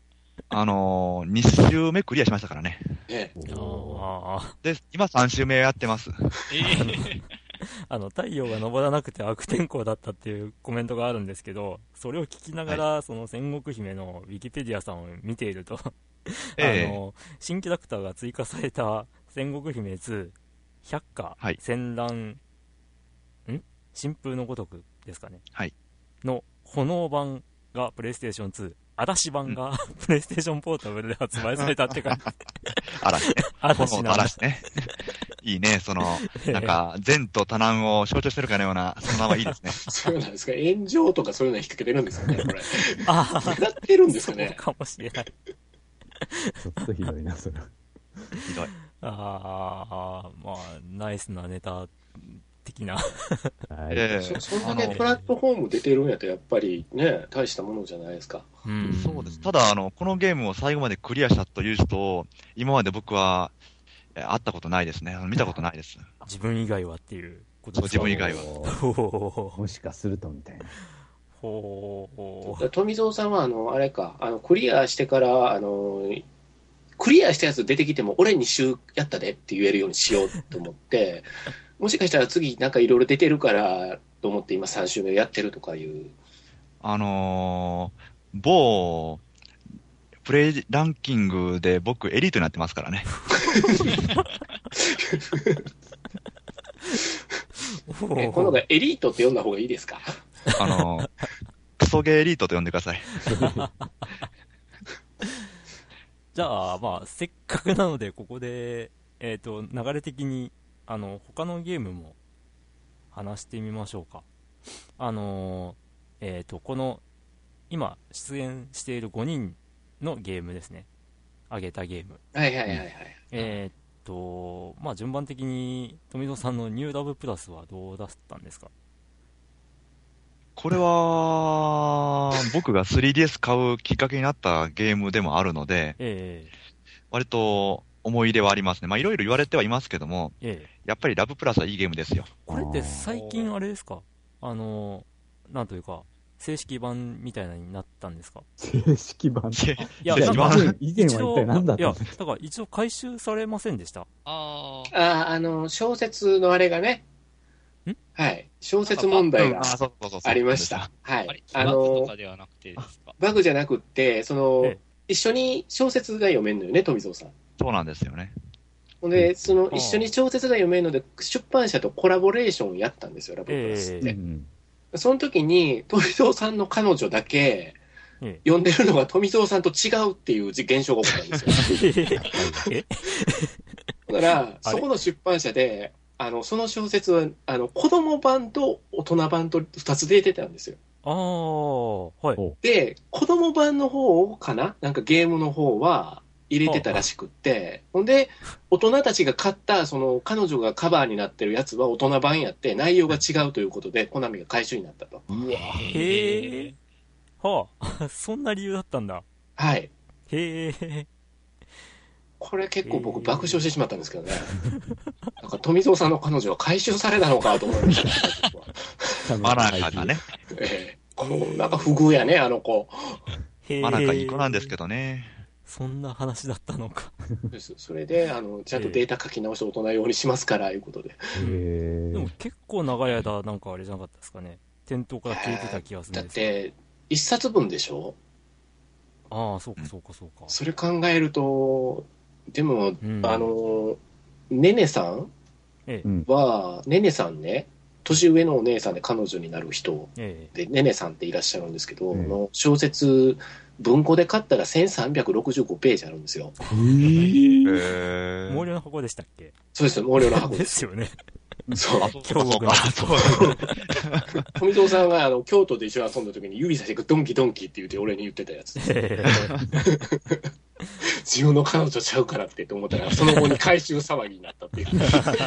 あのー、2周目クリアしましたからね。
ね
あ
で、今3周目やってます。
え
ーあの、太陽が昇らなくて悪天候だったっていうコメントがあるんですけど、それを聞きながら、その戦国姫のウィキペディアさんを見ていると、
え
あ
え
の新キャラクターが追加された戦国姫2、百花、
はい
戦乱、ん新風のごとくですかね。
はい
の炎版がプレイステーション2、嵐版が プレイステーションポータブルで発売されたって感じ。
嵐ね。
嵐
炎
な
の
んだ
嵐ね。いいね、その、
ええ
なんか、善と多難を象徴してるかのような、その名前いいですね。
そうなんですか。炎上とかそういうの引っ掛けてるんですかね、これ。
ああ、
やってるんです
そ
か
う
ね。
かもしれない。
ちょっとひどいな、それは。
ひどい。
ああ、まあ、ナイスなネタ的な。
はい。
ええ
そそんだけプラットフォーム出てるんやと、やっぱりね、大したものじゃないですか。
うん
そうです。ただ、あの、このゲームを最後までクリアしたという人を、今まで僕は、え会ったことないですね。見たことないです。
自分以外はっていうことです
自
か
分以外は
ほうほう
もしかするとみたいな。
ほうほう。
富蔵さんは、あの、あれか、あの、クリアしてから、あの、クリアしたやつ出てきても、俺2週やったでって言えるようにしようと思って、もしかしたら次なんかいろいろ出てるから、と思って今3週目やってるとかいう。
あのー、某、プレイランキングで僕エリートになってますからね。
ほう
えこのがエリートって呼んだ方がいいですか
あのー、クソゲーエリートと呼んでください。
じゃあ、まあ、せっかくなので、ここで、 えっ、と、流れ的に、あの、他のゲームも話してみましょうか。あのーえっ、と、この、今、出演している5人のゲームですね。あげたゲーム。
はいはいはいはい。
えっ、と、まあ、順番的に、富蔵さんのニューラブプラスはどうだったんですか
これは、僕が 3DS 買うきっかけになったゲームでもあるので、
え
割と思い入れはありますね。まあいろいろ言われてはいますけども、
えええ
やっぱりラブプラスはいいゲームですよ。
これって最近あれですかあのーなんというか、正式版みたいなのになったんですか
正式 版。
い
いや、
正
な
式
ん
版
か
まあ
以前以前は一体何だっ
い
た
や
んだ、
だから一応回収されませんでした。
あー
ああ、あの、小説のあれがね
ん、
はい、小説問題
うん
が
あそうそうそうそう
ありました。は
あれ
い、、あ
あのと
の
か、ではなくてですか
バグじゃなくって、その
ええ、
一緒に小説が読めるのよね、富蔵さん。
そうなんですよね。
ほんで、その
あ、あ
一緒に小説が読めるので、出版社とコラボレーションをやったんですよ、ラブプラスっ
う
て。
ん
その時に、富蔵さんの彼女だけ
え、
読んでるのが富蔵さんと違うっていう現象 が起こったんですよ。
え
だから、
あれ
そこの出版社で、あの、その小説は、あの、子供版と大人版と2つ出てたんですよ。
ああ、はい。
お
で、子供版の方かななんかゲームの方は入れてたらしくって、ほんで、大人たちが買った、その、彼女がカバーになってるやつは大人版やって、内容が違うということで、コナミが回収になったと。
へえ。はあ、 そんな理由だったんだ。
はい。
へえ。
これ結構僕
へー
爆笑してしまったんですけどね。なんか富蔵さんの彼女は回収されたのかと思いました、僕は
マナカがね、
ええこうなんか不遇やね、あの子。
へえ。
マナカいい子なんですけ
ど。
どね。
そんな話だったのか。
ですそれで、あの、ちゃんとデータ書き直して大人用にしますから、いうことで。
へ
でも
ー
結構長い間、なんかあれじゃなかったですかね。店頭から消えてた気がする
だ
ん
っ
ですけ
て、一冊分でしょ
ど。ああ、そうかそうかそうか。
それ考えると、で
う
も、
ん
あの、ねねさん
え
は、ねねさんね、年上のお姉さんで彼女になる人
ええ
で、ねねさんっていらっしゃるんですけど、
うん
の小説、文庫で買ったら1365ページあるんですよ。
へ
え。
ー
毛量の箱でしたっけ
そうですよ、毛量の箱
で
です。
すよ ね。
そう。
あ、そうかそうか。そう
富蔵さんがあの京都で一緒に遊んだ時に指さしてドンキドンキって言って俺に言ってたやつ
え
自分の彼女ちゃうからってって思っ たらその後に回収騒ぎになったっていう
なんだそれ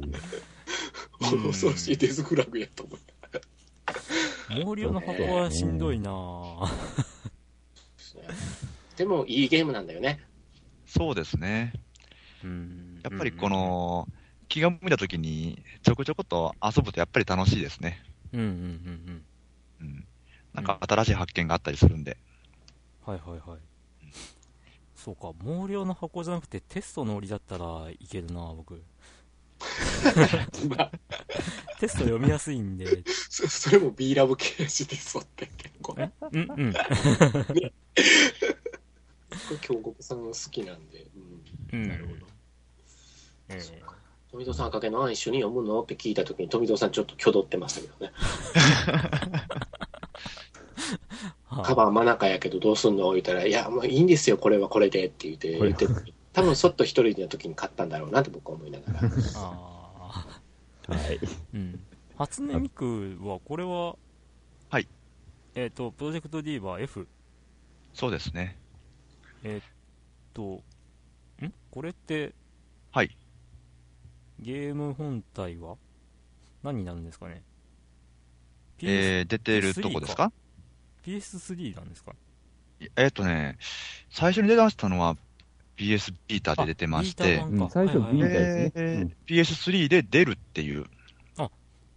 うん
恐ろしいデスフラグやと思う
え毛量の箱はしんどいなぁ。
でもいいゲームなんだよね
そうですね。
うん
やっぱりこ、の、気が向いた時にちょこちょこと遊ぶとやっぱり楽しいですね。
うんうんうんうん。
うん。なんか新しい発見があったりするんで。
はいはいはい。そうか、毛量の箱じゃなくてテストの折りだったらいけるなぁ僕。
まあ
テスト読みやすいんで。
そそれも B ラブ形式でそって結構ね
うんうん。
これ京極さんが好きなんで、
うん
なるほど
ええ
富蔵さんかけのあ一緒に読むのって聞いた時に富蔵さんちょっと挙動ってましたけどね
はい
カバー真中やけどどうすんの言ったら、いや、もういいんですよ、これはこれでって言って、
これ
言って多分そっと一人の時に買ったんだろうなって僕は思いながら。
ああ。
はい。
うん。初音ミクは、これは、
はい。
えっ、と、プロジェクト D は F
そうですね。
と、んこれって、
はい。
ゲーム本体は何になるんですかね PS、
えー、出てるとこですか
PS3 なんですか
えーっとね、最初に出だしたのは PS ビータで出てまし
あビー
て
タ、
うん最初
はいはい
ビータ
はい
で
え
すね。
ー
うん
PS3 で出るっていう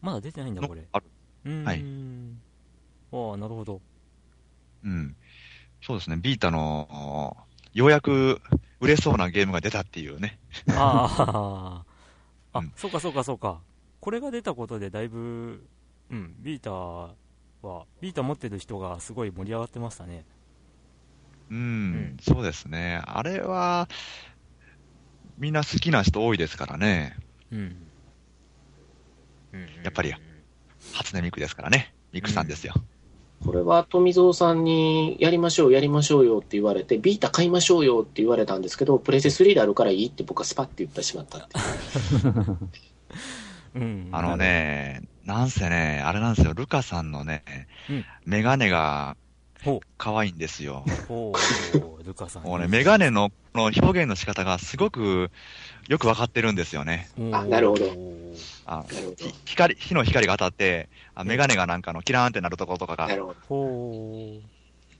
まだ出てないんだ、
の
これ。
ある。
うーん。
はい
ああ、なるほど。
うん。そうですね、ビータの、ようやく売れそうなゲームが出たっていうね。
ああ、あ
うん、
そうかそうかそうか。これが出たことでだいぶ、うん、ビータは、ビータ持ってる人がすごい盛り上がってましたね。
うん、
ん
そうですね。あれは、みんな好きな人多いですからね。
うん。
やっぱりや初音ミクですからね。ミクさんですよ。
これは富蔵さんに、やりましょう、やりましょうよって言われて、ビータ買いましょうよって言われたんですけど、プレステ3であるからいいって僕はスパって言ってしまったっていう。
うん。
あのね、なんせね、あれなんですよ、ルカさんのね、
うん
メガネが
ほう、
可愛いんですよ。
ほう、ルカさん。
もうね、メガネのこの表現の仕方がすごくよくわかってるんですよね。
おー
あなるほど
あ
なるほ
ひ光、火の光が当たって、あメガネがなんかのキラーンってなるところとか
ど。な
が、
るほど。
ほ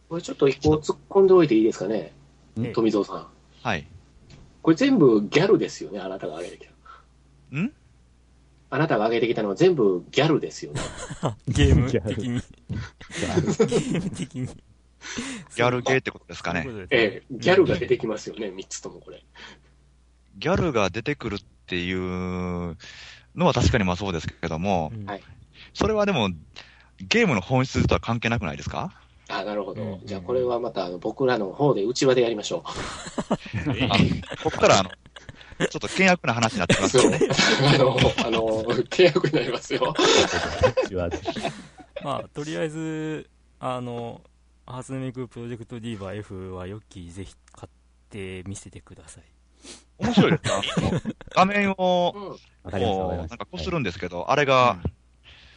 これちょっと一個突っ込んでおいていいですかね、
う。ね
富蔵さん。
はい。
これ全部ギャルですよね、あなたが挙げてきた。
ん
あなたが挙げてきたのは全部ギャルですよね。
ゲーム的に。ゲーム的に。
ギャルゲーってことですか
そ
ね
う。いうことですね
ええ、ギャルが出てきますよね、3つともこれ。
ギャルが出てくるっていうのは確かにまあそうですけども
う、ん
はい
それはでも、ゲームの本質とは関係なくないですか
あ、なるほど。
うん
じゃあ、これはまた、あの、僕らの方で、内輪でやりましょ
あのここからあの、ちょっと険悪な話になってき
う。
ますよね。
あの、あの、契約になりますよ。
うちは
まあ、とりあえず、あの、初音ミクプロジェクト D バー F はヨッキーぜひ買って見せてください。
面白いですね。あの画面を、
うん。
わかります、わ
こ
か
う、
り
な
ま
ん
す。
かこするんですけど、あれが、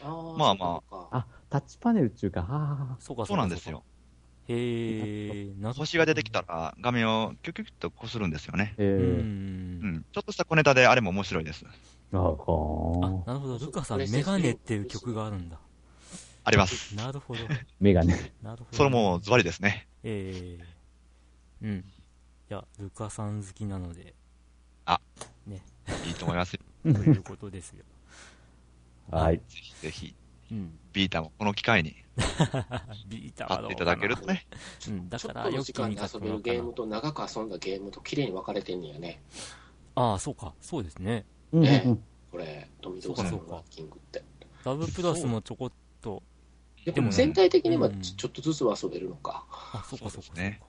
あ
まあま
あ。
あ、タッチパネルっていうか、はあはあはあ
そうか、
そうなんですよ。。
へえ、な
星が出てきた。ら、画面をキュキュキュッとこするんですよね。
え
う。
ー、
うんん。ちょっとした小ネタで、あれも面白いです。
あは
あ、
ー
なるほど。ルカさん
そう、
メガネっていう曲があるんだ。
あります。
なるほど。
メガネ。
なるほど。
それも、ズバリですね。
ええうん。いや、ルカさん好きなので、
いいと思います。ぜ
ということですよ。
はい。
ひぜひ、
うん。
ビータもこの機会に
ビーター
買っていただけるとね。
うん、だ
ちょ
か
っ
ら、
との
よ
時
き
間
に
で
買って
遊べ
もらお
る
うか
ゲ
な
ームと長く遊んだゲームと綺麗に分かれてんねやね。
ああ、そうか。そうですね。
うんうん
ね
うん
これ、富蔵さん
そう
の
か
ランキングって。
ラブプラスもちょこっと。
で
でも
も
ね
全体的には
うん
ちちょっとずつは遊べるのか。
あ、そうか、そうか。そうか
ね。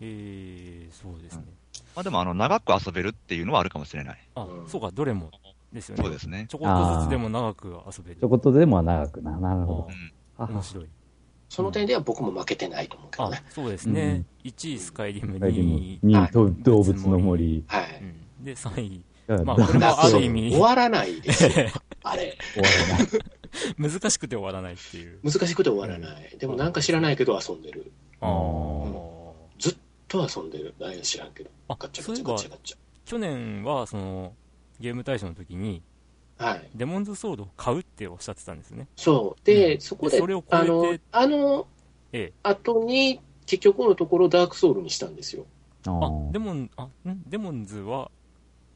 ええそうですね。
まあでも、あの、長く遊べるっていうのはあるかもしれない。
あ
う、ん
そうか、どれも。ですよ
そう
ね
で。すね。
ちょこっとずつでも長く遊べる
ちょ。こっとでも長くな。なるほ
うん。
ど。は
面
は
白い。
その点では僕も負けてないと思うけど
あ
ね。、
そうですね。1位、スカイリム、
はいでも
2位、
に
あ
と 動物の森。
は
う
い。
んで、3位。ま
ま
あ、これもある意味
終、わらない ですよ。あれ。
難しくて終わらないっていう。
難しくて終わらない。でもなんか知らないけど遊んでる。
あー
と遊んでる。何や知らんけど。
あ
ガッ、チャ
そ
ガ
うい
ッチ
え
ャガ
ば
ッ、チャガッチ
去年は、その、ゲーム大賞の時に、
ャ。はい。
デモンズソードを買うっておっしゃってたんですね。
そう。で、
うん
そこで、
でそれを超え
あ
て
の、あの、
ええ
後に、結局のところダークソウルにしたんですよ。
あ、
で
デ
も、
モン、あ、んデモンズは、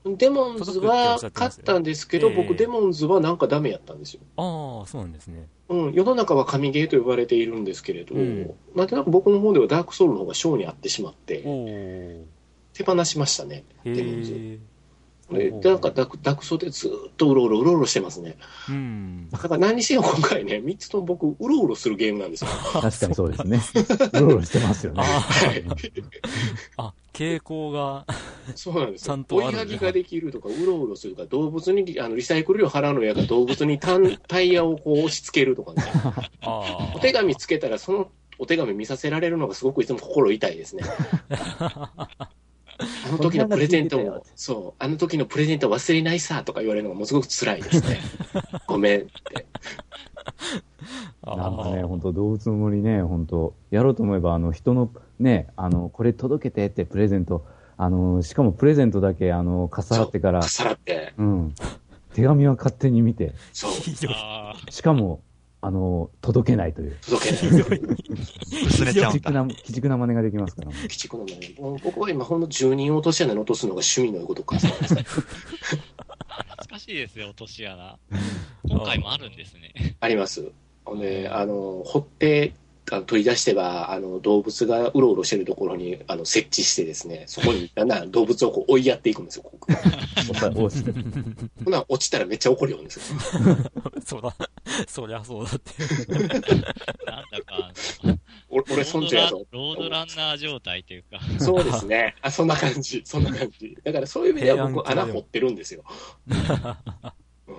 デモンズは勝ったんですけど、
届くっておっしゃってましたよねええ
僕デモンズはなんかダメやったんですよ。
ああ、そうなんですね。
うん、世の中は神ゲーと呼ばれているんですけれど、
うん
なんとなく僕の方ではダークソウルの方が賞に合ってしまって、
おー。
手放しましたね。
へ
デモンズ
え。
で、
おー
なんかダクダクソでずーっとうろうろうろうろしてますね。
うん。
だから何にせよ今回ね、3つとも僕、うろうろするゲームな んですよ。
確かにそう ですね。うろうろしてますよね。
あ
はい
あ、あ、傾向が、
そうなんですよ。
ちゃんとある
追
ん
い
だ
上げができるとか、うろうろするとか、動物にあのリサイクル料払うのやから動物にタン タイヤをこう押し付けるとかね。
ああ。
お手紙つけたら、そのお手紙見させられるのがすごくいつも心痛いですね。あの時のプレゼント
こんなの聞い
も、そう、あの時のプレゼント忘れないさとか言われるのがものすごく辛いですね。ごめんって。
なんかね、
あ
本当動物の森ね、本当やろうと思えば、あの、人の、ね、あの、これ届けてってプレゼント、あの、しかもプレゼントだけ、あの、かさらってから
か、さらって。
うん。手紙は勝手に見て、
そう、
ーひどい。
ああ、
しかも、あの、届けないという、
届けない。
薄れちゃ
鬼
うんだ
畜。な、鬼畜な真似ができますから、ね。
鬼畜なのね。もう僕は今ほんの10人落とし穴に落とすのが趣味のことか。
懐かしいですよ、落とし穴。今回もあるんですね。
あります。ほんで、あの、掘って、あの取り出しては、あの、動物がうろうろしてるところに、あの、設置してですね、そこに、だんだん動物をこう追いやっていくんですよ、こう
押して。
ほな、落ちたらめっちゃ怒るようん ですよ。
そら、そりゃそうだって。
なんだか、
俺、
ロ
俺、
ー
村
ド
長や
ラン
ぞ。
ロードランナー状態というか、
そうで すね。あ、そんな感じ。そんな感じ。だからそういう意味では僕、
平安京でも
穴掘ってるん ですよ。うん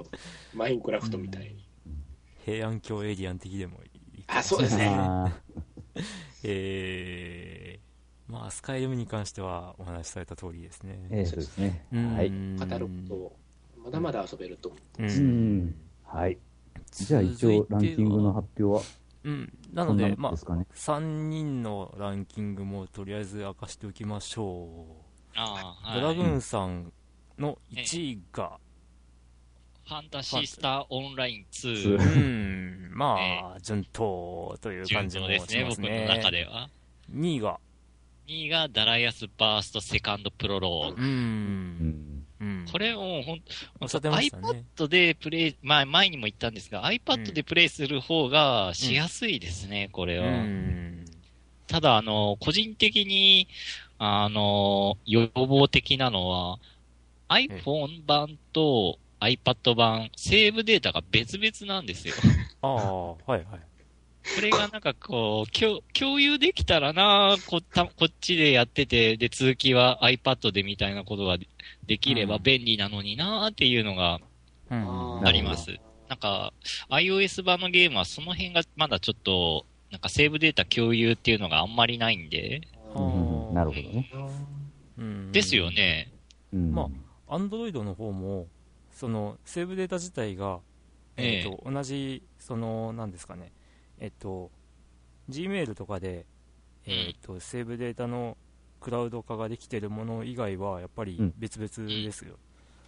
マインクラフトみたいに。
平安京エイリアン的でもいいかも
あ、そうですね。
あ
えー、まあ、スカイリムに関してはお話しされた通りですね
ー。えーそうですね。
うん
はい。
語ると、まだまだ遊べると思
うん
うん。はい。じゃあ一応ランキングの発表は、
うん。な
こ
の
んな
で、
も
ま
ん
あ
で、すかね。
3人のランキングもとりあえず明かしておきましょ
あ
う。
あ、
ドラ
はい。
グーンさんの1位が、
ファンタシースターオンライン
ツ
2
ー
う、ん、まあ、順当という感
順
じも
当
し
で
ますすね
ね、。僕の中では。
2位が、
2位がダライアスバーストセカンドプロロー
う、
グ。
うんん。
うん。
これもうほん
おっしゃってましたね。
iPad でプレイ、まあ前にも言ったんですが、iPad でプレイする方がしやすいですね、これ
う
は。
ん。
ただ、あの、個人的に、あの、予防的なのは、iPhone 版と iPad 版、セーブデータが別々なんですよ。
ああ、はいはい。
これがなんかこう、共共有できたらなこた、こっちでやってて、で、続きは iPad でみたいなことがでできれば
うん
便利なのになっていうのが
うん
う。
あります
なんか、iOS 版のゲームはその辺がまだちょっと、なんかセーブデータ共有っていうのがあんまりないんで、
うんうんうんなるほどね。
うん
うん
ですよね。
うん
まアンドロイドの方も、そのセーブデータ自体が、え
ええ
っと同じ、その、なんですかね、えっと、Gmail とかで、
うん
えっと、セーブデータのクラウド化ができてるもの以外は、やっぱ
う
り
ん
別々ですよ。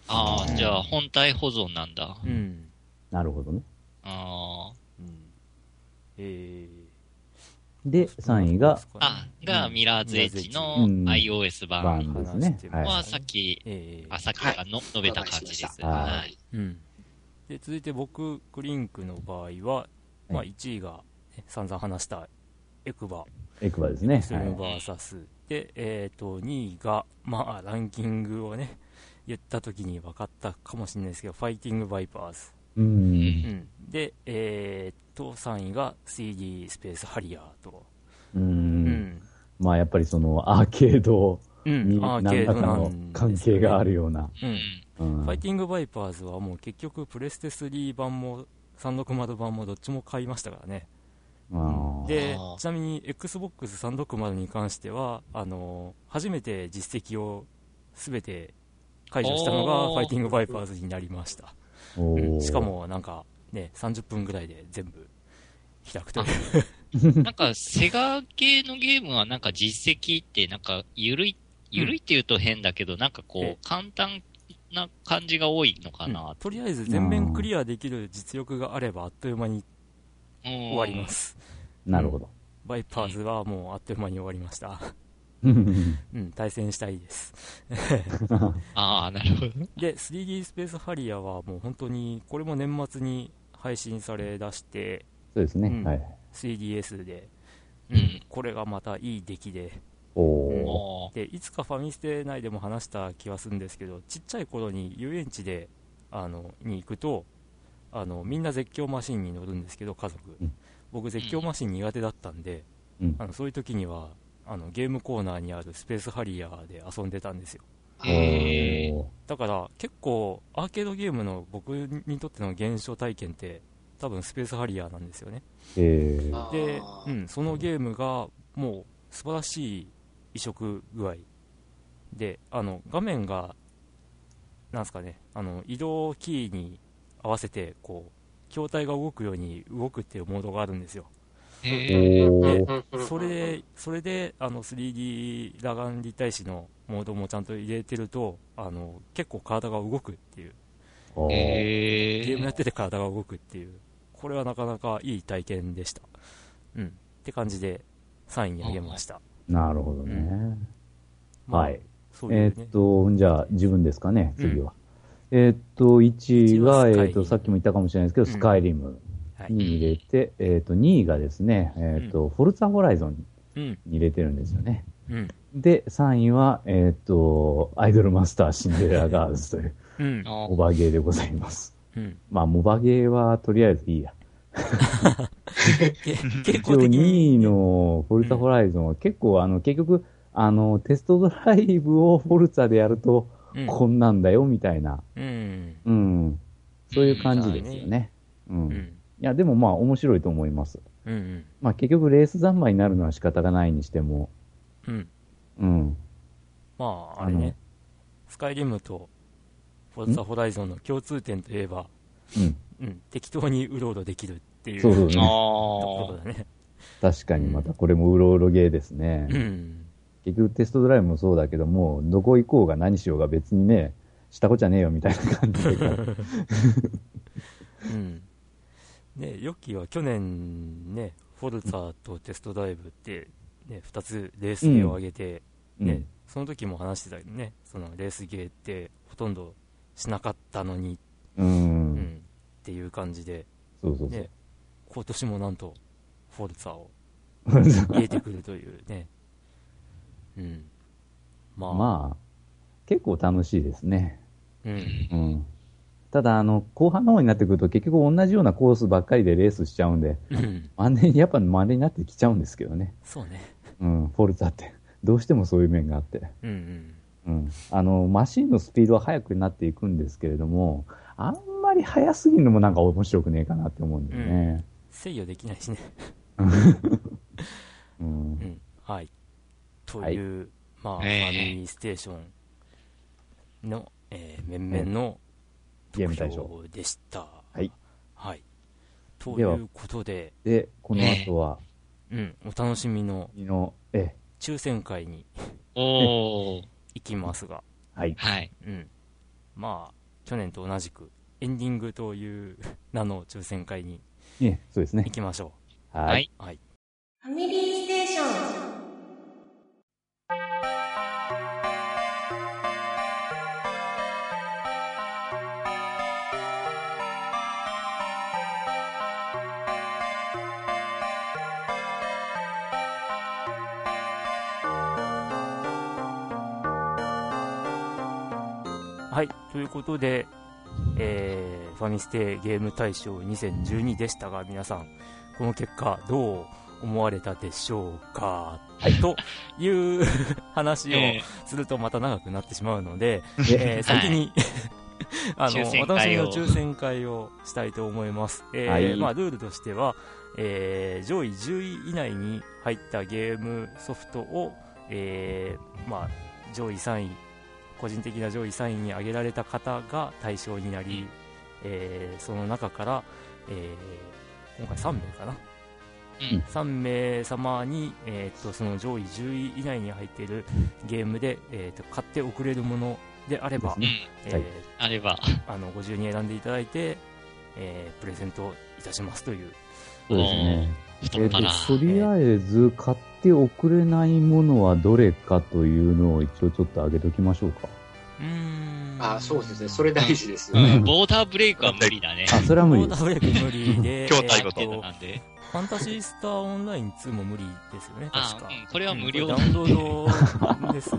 ああ、じゃあ本体保存なんだ。
うん。
なるほどね。
あ
え
で、3位が、
あ。あ、がミラーズエッジの
うん
iOS 版
版ですねはい
はさっき、
ええ
あ、さっきがの述べた感じです。
はい
はい。
うん、で続いて僕、クリンクの場合は、まあ、
はい
1位が、ね、散々話したエクバ、
エクバですね。
ス
は
ル
い
ムバーサス、で、えー、と2位が、まあ、ランキングをね、言った時に分かったかもしれないですけど、ファイティング・バイパーズ、
う。
うんん、で、えー、と3位が 3D スペース・ハリアーと、
う。
うんん
まあ、やっぱりその、アーケード
うん
に
ア
何
ーケー
ら
ド
か
な
の
んですよね
関係があるような。
う
うんん
うん
ファイティング・バイパーズはもう結局、プレステ3版も36窓版もどっちも買いましたからね。
ああ
で
あー
ちなみに XBOX360 に関してはあの初めて実績を全て解除したのが
おー
ファイティングバイパーズになりました
おー
しかもなんかね30分ぐらいで全部開くという
なんか、セガ系のゲームはなんか実績って、なんか、ゆるい、ゆるいって言うと変だけど、なんか
え
こう、簡単な感じが多いのか
う。
なん
とりあえず全面クリアできる実力があればあっという間に
終
終わりま。す
なるほど。
バイパーズはもうあっという間に終わりました うん対戦したいです
ああ、なるほど。
で 3D スペースハリアはもう本当にこれも年末に配信されだして
そうです
う
ね。
ん
はい。
3DS で、
うん
これがまたいい出来で
おお
おー
でいつかファミステ内でも話した気はするんですけどちっちゃい頃に遊園地であのに行くとあのみんな絶叫マシンに乗るんですけど家族、
うん
僕絶叫マシン苦手だったんで、
ー。うん
あのそういう時にはあのゲームコーナーにあるスペースハリアーで遊んでたんですよ
へえ。
だから結構アーケードゲームの僕にとっての現象体験って多分スペースハリアーなんですよね
えー。
あ
で、
ー
うん、そのゲームがもう素晴らしい移植具合であの画面がなんすかねあの移動キーに合わせてこう筐体が動くように動くっていうモードがあるんですよ
へえ。
お
うん
ー
うんうん
それでそれであの 3D 裸眼立体視のモードもちゃんと入れてるとあの結構体が動くっていう
おー
へ
ゲームやってて体が動くっていう、これはなかなかいい体験でした。うん。って感じで、3位にあげました。
なるほどね。
まあ
はい。。
そうい
え
う
ーっ
ね。
と、じゃあ、自分ですかね、次は。えーっと、1位が、え
一位はスカイリム
ーっと、さっきも言ったかもしれないですけど、
うん
スカイリム
はい
に入れて、えーっと、2位がですね、えーっと、フォルツァホライゾン
うん。
に入れてるんですよね。
うん。
で、3位は、えーっと、アイドルマスターシンデレラガールズという、
うん。
あ
オバゲーでございます。
うん。
まあ、モバゲーはとりあえずいいや。
け結
一応
構的
2位
に。
のフォルツァホライゾンは結構、あの、結局、あの、テストドライブをフォルツァでやると、
うん
こんなんだよ、みたいな。
うん。
うん。そういう感じですよね。う。
うん
い
ん。
や、でもまあ面白いと思います。
うん。
まあ結局レース三昧になるのは仕方がないにしても、
うん。
うん。
まあ、あれ
あ
ね
の。
スカイリムとフォルツァホライゾンの共通点といえば、
うん。
うん。適当にうろうろできるっていう
そうそう
と
ね。
あ
ころだね。
確かにまたこれもうろうろゲーですね
う。ん。
結局テストドライブもそうだけども、どこ行こうが何しようが別にね、したこじゃねえよみたいな感じで。
うん、ねヨッキーは去年ね、フォルツァとテストドライブって、ね、2つレースゲーを上げて、
う
ね
ん。
その時も話してたけどね、そのレースゲーってほとんどしなかったのに、
う
うん
ん。
っていう感じで、
そうそうそう
ね。、今年もなんとフォルツァを 入れて
ま
くるというね、うん、まあ、
あ、結構楽しいですね。
うん、
うん。ただ、あの、後半の方になってくると結局同じようなコースばっかりでレースしちゃうんで、
うん、
マネ やっぱマネになってきちゃうんですけどね。
そうね、
うん、フォルツァって。どうしてもそういう面があって。
うん、うん、
うん。あの、マシンのスピードは速くなっていくんですけれども、あんまり速すぎるのもなんか面白くねえかなって思うんだよね。
制御できないしね。
うん。
うん、はい。と
はい
いう、まあ、
ええ
ファミリーステーションの、えー、面々の
ゲーム大賞
投票でした。
はい。
はい。とい
では
うことで、
で、この後は、
うん、お楽しみの
昨日、え、
抽選会に
おー。
行きますが、
はい。
はい。
うん。まあ、去年と同じく、エンディングという名の抽選会に
ね、そうです
行
ね。
きましょ
は
はいい。
う。はい。
ァミリーステーション
はい。ということで、えーファミステゲーム大賞2012でしたが、皆さん、この結果、どう思われたでしょうか、という 話を
え
するとまた長くなってしまうので、
え
えー先に、 あの
抽選
私
会を
の抽選会をしたいと思います、えー
はい
まあ、ルールとしては、えー上位10位以内に入ったゲームソフトを、えーまあ、上位3位個人的な上位3位に挙げられた方が対象になり、えーその中から、えー今回3名かな、
うん
3名様に、えーっとその上位10位以内に入っているゲームで、えーっと買って送れるものであれ
で
ば、
す
ーう
ね
ん。
え
は
ー
い
あれば。
あのご自由に選んでいただいて、えープレゼントいたしますという
そうですね。
太
え
っ
っと
腹。、
とりあえず、買って送れないものはどれかというのを一応ちょっと上げときましょうか。
うーん
あ、そうですね。それ大事です
う
よね。
んボーダーブレイクは無理だね。
あ、それは無
ボ
理で
ーダ
す。
ーブレイ ク無理で
今日対
え
ご
ー
と
っ
なんで。
ファンタシースターオンライン2も無理ですよね
あ
確か、
うん。これは無料
うんこれダウンロー ドですし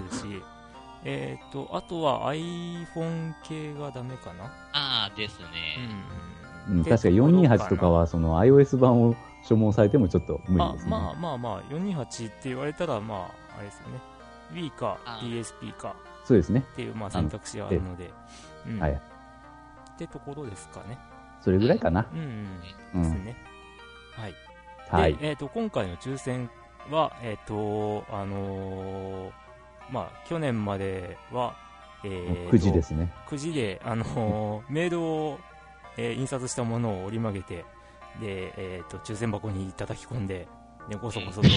えーっとあとは iPhone 系がダメかな
ああ、ですね。
う、
うん
確か428とかは、その iOS 版を所望されてもちょっと無理
ま
です
あ
ね。
まあまあまあ428って言われたらまああれですよね Wii か
あ
PSP か
そうですね。
っていうまあ選択肢はあるので、うん
はい
ってところですかね
それぐらいかな。
うん、うん
う
です
ん。
ねはい
はい
で、。えー、と今回の抽選は、えーとあのーまあ、去年までは、えーと
9時ですね。
くじで、あの ーメールを、えー印刷したものを折り曲げてで、えー、と抽選箱に叩き込んで、ね、ごそごそと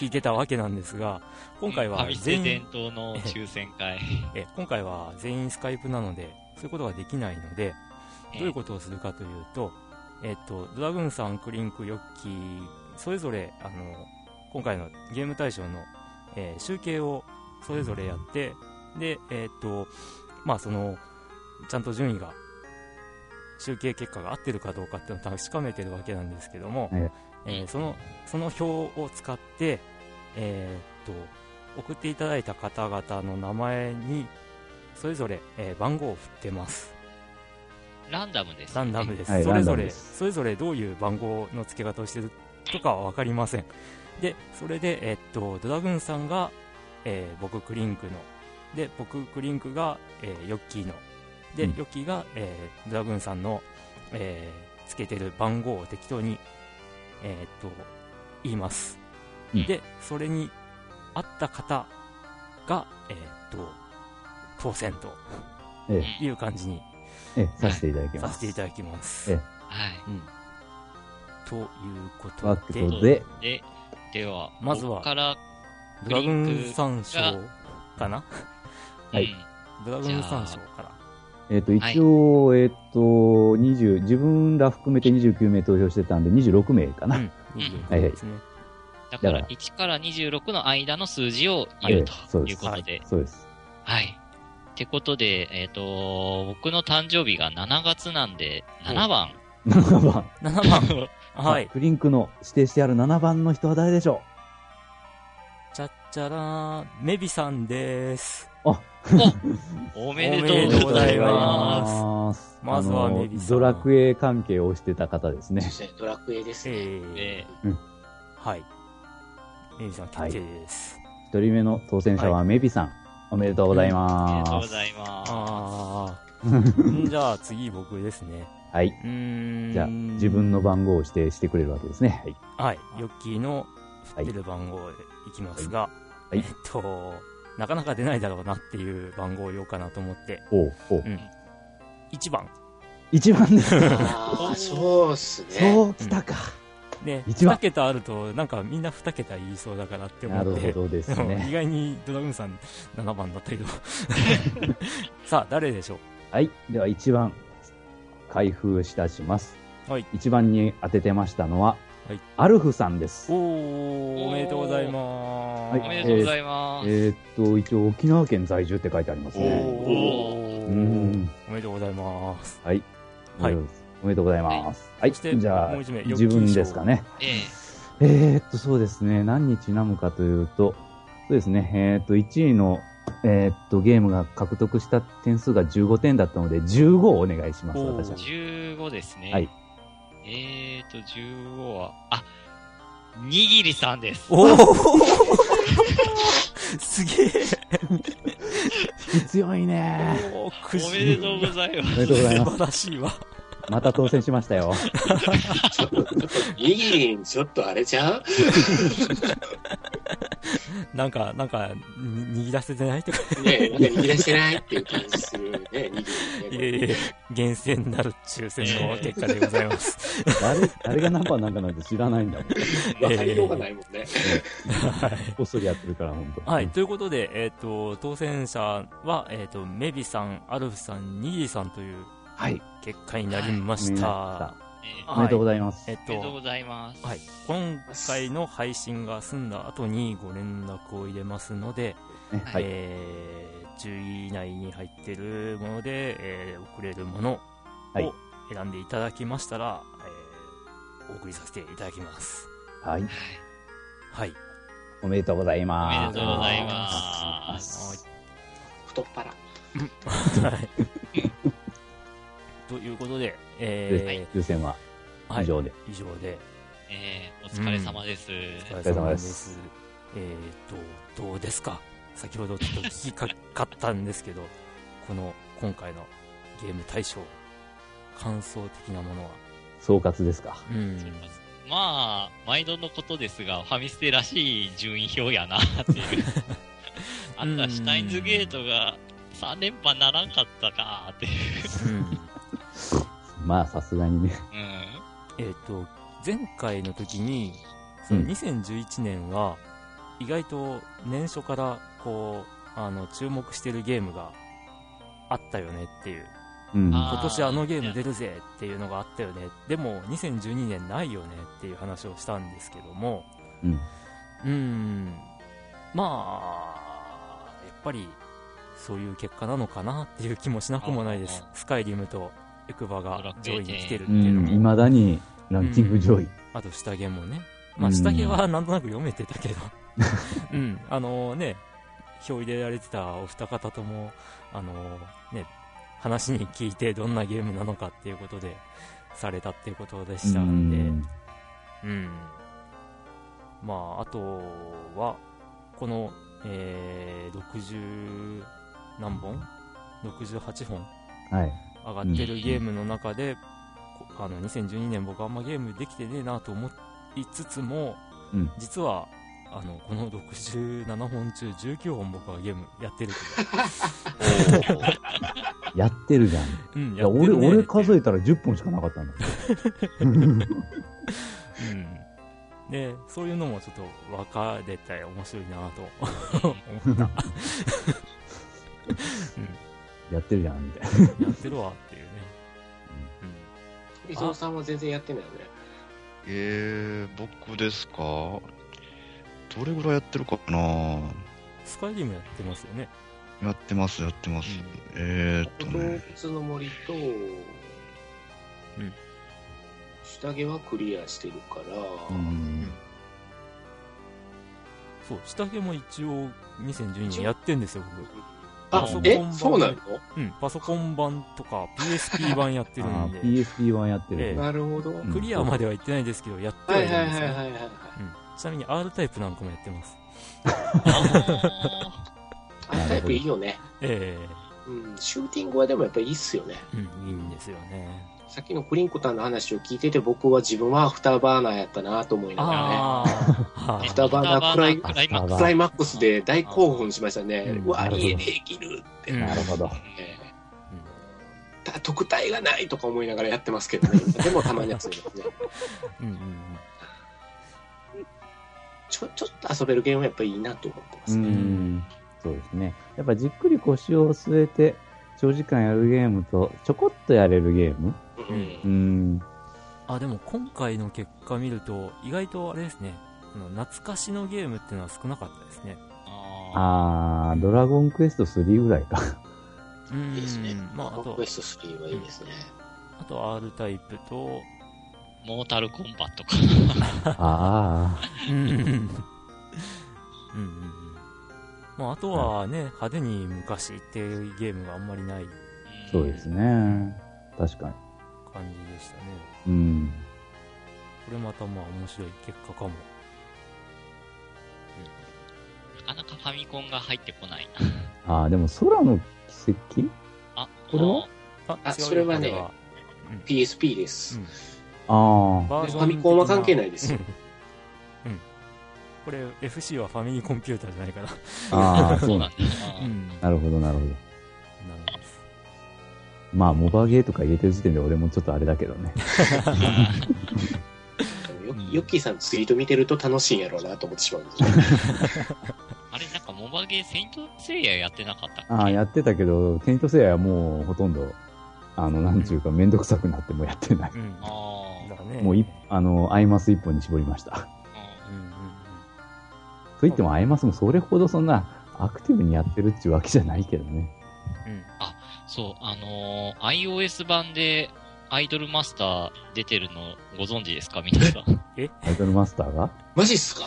引いてたわけなんです が今回
ファ
は
ミステ
全員
伝統の抽選会。
えー今回は全員スカイプなのでそういうことができないのでどういうことをするかというと、えっと、ドラグーンさん、クリンク、ヨッキー、それぞれ、あの、今回のゲーム大賞の、えー集計をそれぞれやって、で、えっと、まあ、その、ちゃんと順位が、集計結果が合ってるかどうかっていうのを確かめてるわけなんですけども、
はい
えーその、その表を使って、えーっと、送っていただいた方々の名前に、それぞれ、えー番号を振ってます。
ランダムです。
ランダムです、
はい
それ
ランダ
ぞ
ム
れ
です
それぞれどういう番号の付け方をしてるとかは分かりませんでそれで、えっとドラグーンさんが、えー僕クリンクので僕クリンクが、えーヨッキーので、
うん
ヨッキーが、えードラグーンさんの、えー付けてる番号を適当に、えーっと言います、
うん
でそれに合った方が、えーっと当選と
え
いう感じに
え、ええ、させていただきま
さ
す。
せていただきます
ええ
はい。
というこ
わ
と
け
で、
とで、
で、では、
まずは
ここから、
ドラグーン三章かな
はい
うん
ドラグーン三章から。
えっ、と、一応、えっ、と、20、自分ら含めて29名投票してたんで、26名かな。
うん。
はいはい
ですね。
だか、
だから
1から26の間の数字を言う
ええそ
と
う
い
で
う
す
ことで。
そうです。
はい。ってことで、えっ、と、僕の誕生日が7月なんで、7番。
7番。
7番。 はい。
クリンクの指定してある7番の人は誰でしょ
ちゃっちゃらーん、メビさんです。
うあ、
おめでとうございます。
す
まずは
あの
メリーさん
ドラクエ関係をしてた方です
そう
ね
で。すねドラクエです
え
ね。
ー、
えー
はい。メビさん決定です。
一人目の当選者はメビさん。おめでとうござい
おめでと
ま
うご
す。
ざいま
あー。 んじゃあ次僕ですね。
はい。
うーん。
じゃあ、自分の番号を指定してくれるわけですね。はい。
はい、ヨッキーの振
は
っ
い
てる番号でいきますが、
いはい
えっと、なかなか出ないだろうなっていう番号を言おうかなと思って、
おうおう
うん1番。
一番 ですね。
ああ、そうっすね。
そうきたか。
ね、
一番
2桁あると、なんかみんな2桁言いそうだからって思
な
っ
る
て
ほ、どです
でも 意
ね。
外にドラグーンさん7番だったけど。 さあ、誰でしょ
はい。では一番、開封いたします。
うはい。
一番に当ててましたのは、
はい
アルフさんです。
おー、おめでとうございます。
は
お
い
めでとうございます。
えーっと、一応沖縄県在住って書いてありますね。
おー
うん
おめでとうございます。
はい。
はい。
おめでとうございます。はい。
そして
じゃあ、
もう一名
自分ですかね。
ええ
えー、っと、そうですね。何にちなむかというと、そうですね。えーっと、1位の、えーっと、ゲームが獲得した点数が15点だったので、15をお願いします、
おー
私は。
15ですね。
はい。
えーと、15は、あ、にぎりさんです。
おお すげえ
強いね。
おーく
お
じ
めでとうございま
お
す。
めでとうござい
素
ます。
晴らしいわ。
また当選しましたよ。
ちょっと、イギリン、ちょっとあれちゃう
なんか、なんか、に逃げ出せてないとか。
ねなんか逃げ出してないっていう感じするね、イギ
い
リン
えい
ね。
え、厳選なる抽選の結果でございます。
誰、誰が何番なんかなんて知らないんだもん。こ
え
わかりようがないもんね。
っそりやってるから、本当。
はい、。ということで、えっ、と、当選者は、えっ、と、メビさん、アルフさん、ニギリさんという
はい。
結果になりまし
見え
た。
ま
ええ
おめでとうございます。
えっ、
おめでとうご
と、
ざいます。
はい、今回の配信が済んだ後にご連絡を入れますので、
ねはい。
えー10位以内に入ってるもので、えー送れるもの
はい
を選んでいただきましたら、えーお送りさせていただきます。
はい。
はい。
おめでとうござい
おめ
ます。
でとうございます。
太っ腹。
はい。ということで、え
抽選は
ーはい
以上で。
以上で、
ええお疲れ様です。
お疲。
れ様です
えっ、と、どうですか先ほどちょっと聞きかかったんですけど、 この今回のゲーム大賞、感想的なものは。
総括ですか。
うん。
まあ、毎度のことですが、ファミステらしい順位表やな、っていう。あんた、シュタインズゲートが3連覇ならんかったか、っていう。
うん
まあ、さすがにね。
うん。
えっ、と、前回の時に、その
うん
2011年は、意外と年初から、こう、あの、注目してるゲームがあったよねっていう。
うん。
あ
今年あのゲーム出るぜっていうのがあったよね。でも、2012年ないよねっていう話をしたんですけども、
うん。
うーん、まあ、やっぱり、そういう結果なのかなっていう気もしなくもないです
あ。
スカイリムとエクバ
ド
が
ラクエ
上位に来てるっ
う
ていうの
ん。
も。
いまだにランキング上位。
あと下着もね。まあ、
うん
下着はなんとなく読めてたけど。 うん。あのね、表入れられてたお二方とも、あのね、話に聞いてどんなゲームなのかっていうことで、されたっていうことでしたんで、うん。まあ、あとは、この、えー、60何本 ?68 本
はい。
上がってるゲームの中で、こあの2012年僕あんまゲームできてねえなと思いつつも、
うん
実はあのこの67本中19本僕はゲームやってるけど、
やってるじゃん。
うん、
いや、
って
俺、
るね
俺数えたら10本しかなかったんだ。
うん、でそういうのもちょっと分かれて面白いなと思った
やってるじゃん、みたいな。
やってるわっていうね、うん
伊藤さんは全然やってないよね。
えー、僕ですかどれぐらいやってるかな
スカイリムやってますよね
やってます、やってます。えーっと
洞
ね、
窟の森と、下着はクリアしてるから、
うん。
そう下着も一応2012年やってんですよ僕
あ
パソコン、
え
版、
そうなの
うん、パソコン版 とか PSP 版やってる
あ
ん
あ、
で、
PSP 版やって
え
る。
なるほど。
ん
クリアまでは行ってないですけど、やって
は
はい
いはい
るんで
は
す
い
よ、
はいは
う
い。
ん。ちなみに R タイプなんかもやってます。
あ
あタイプいいよね。
え
うん、シューティングはでもやっぱいいっすよね。
えうん、いいんですよね。
さっきのクリンコタンの話を聞いてて、僕は自分はアフターバーナーやったなと思いながらね。
ああ、は
ア
い
フターバーナークライ
アフターバーナークライマック
クライマックスで大興奮しましたね。
うん
うわ、
なるほど
家でできるって。
うん
なるほど。
えーた特待がないとか思いながらやってますけどね。でもたまに遊びますね。
うんうんうん
ちょ、ちょっと遊べるゲームはやっぱりいいなと思ってま
う
すね。
ん、そうですね。やっぱじっくり腰を据えて、長時間やるゲームと、ちょこっとやれるゲーム
うん
うん。
あでも今回の結果見ると意外とあれですねあの懐かしのゲームっていうのは少なかったですね
あ
あー、ドラゴンクエスト3ぐらいか。
うん
いいですね
まああ
ド
と
クエスト3はいいですね。
あと R タイプと
ーモータルコンバットか。
あ
うんうんうんまああとはね派手に昔っていうゲームがあんまりない
ー、そうです
ね。
ね。確か
感じでしたね
に。うん。
これまたまあ面白い結果かも
なかなかファミコンが入ってこないな。
あー、でも空の奇跡
あ、
これは
あ
あ
違うよ
それはね
こは
PSP です。
ああ、
バ
でファミコンは関係ないですよ。
うんうんこれ FC はファミリーコンピューターじゃないかな
ああ、そ
そうう
な
なんんだ。あー
ん
なるほど、なるほど。
なんです
まあ、モバゲーとか入れてる時点で俺もちょっとあれだけどね。
でもよヨッキーさんのツイート見てると楽しいんやろうなと思ってしまうんですね。
あれ、なんかモバゲー、セイントセイヤやってなかったっけ
ああ、やってたけど、テニトセイヤはもうほとんど、あの、なんちゅうか、めんどくさくなってもうやってない。
うん
あー
だね
もうい、あの、アイマス一本に絞りました。
あ
うんうんうん
といっても、アイマスもそれほどそんな、アクティブにやってるっちゅうわけじゃないけどね。
うん
ー。そう、あのー iOS 版でアイドルマスター出てるのご存知ですか皆さん。
アイドルマスターが。
マジっすか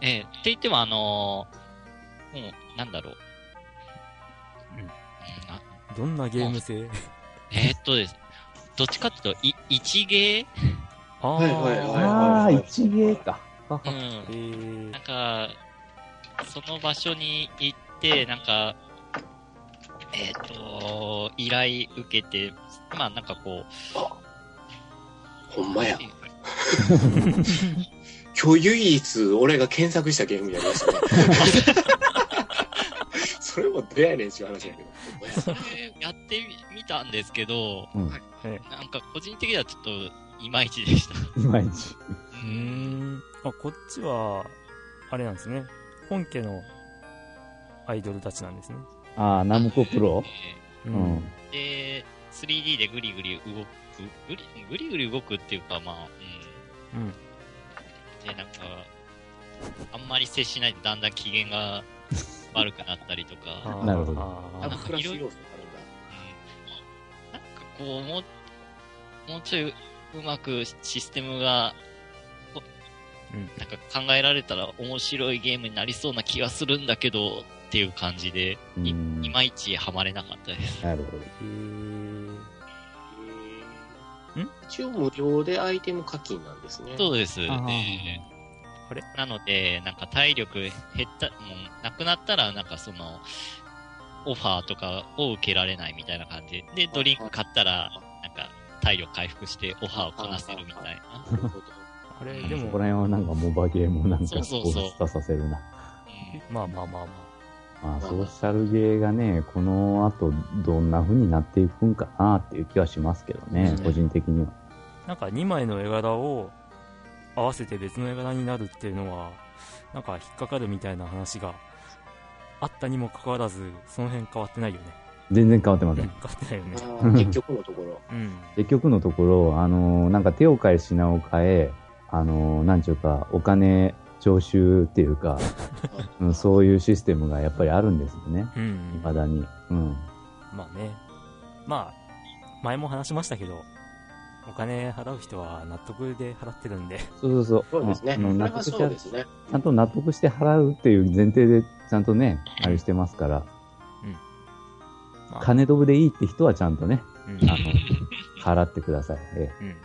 ええって言っても、あのーもう、なんだろう。
うん
うんあ
どんなゲーム性
えーっとです。どっちかっていうと、い、一芸
あ
はいはいはい
あ
ああ、一芸か。
う
ーえ
ん。
ー
なんか、その場所に行って、なんか、えーっと、依頼受けて、まあなんかこう、
ほんまや。今日唯一俺が検索したゲームやりましたね。 それも出やねんしいう話やけど。
それやってみたんですけど、
うん
え
なんか個人的にはちょっと、いまいちでした。
いまいち。
うーんあこっちはあれなんですね本家のアイドルたちなんですね
ああ、ナムコプロ
う
うん。
で、3D でぐりぐり動く、ぐりぐりぐり動くっていうか、まあ、
うん
うん。で、なんか、あんまり接しないとだんだん機嫌が悪くなったりと
あ
か、
ー
なるほど
あ
あ
の
ー
クラス要
うん
素が
なんかこう、もう、もうちょいうまくシステムが、こ
うん
なんか考えられたら面白いゲームになりそうな気がするんだけど、っていう感じで、い
うん
いまいちハマれなかったです。
なるほど。
えー
あるんだ。
ん
一応無料でアイテム課金なんですね。
そうです。
あー
えー
あれ
なので、なんか体力減った、もうなくなったら、なんかその、オファーとかを受けられないみたいな感じで、ドリンク買ったら、なんか体力回復してオファーをこなせるみたいな。
なるほど。
あれ
うん
で
そ
も
こら辺はなんかモバゲーもなんか、
そうそうそう
こう、させるな。
うん
まあまあまあま
まあ、ソーシャルゲーがね、この後どんな風になっていくんかなっていう気はしますけどね、
うん
個人的には。
あなんか2枚の絵柄を合わせて別の絵柄になるっていうのはなんか引っかかるみたいな話があったにもかかわらずその辺変わってないよね
全然変わってませ
変
ん。
わってないよね
あー結局のところ。
うん
結局のところ、あのーなんか手を変え品を変え、あのーなんちゅうか、お金徴収っていうか、 うんそういうシステムがやっぱりあるんですよね、
うん
未だに。うん。
まあね、まあ、前も話しましたけど、お金払う人は納得で払ってるんで、
そうそうそう。
そうですね。
う
こ
んうん納
れは
得し
そ
て
うですね。
ちゃんと納得して払うっていう前提で、ちゃんとね、あれしてますから、
まあ、
金飛ぶでいいって人はちゃんとね、
うん、
あの、払ってください。ええ
うん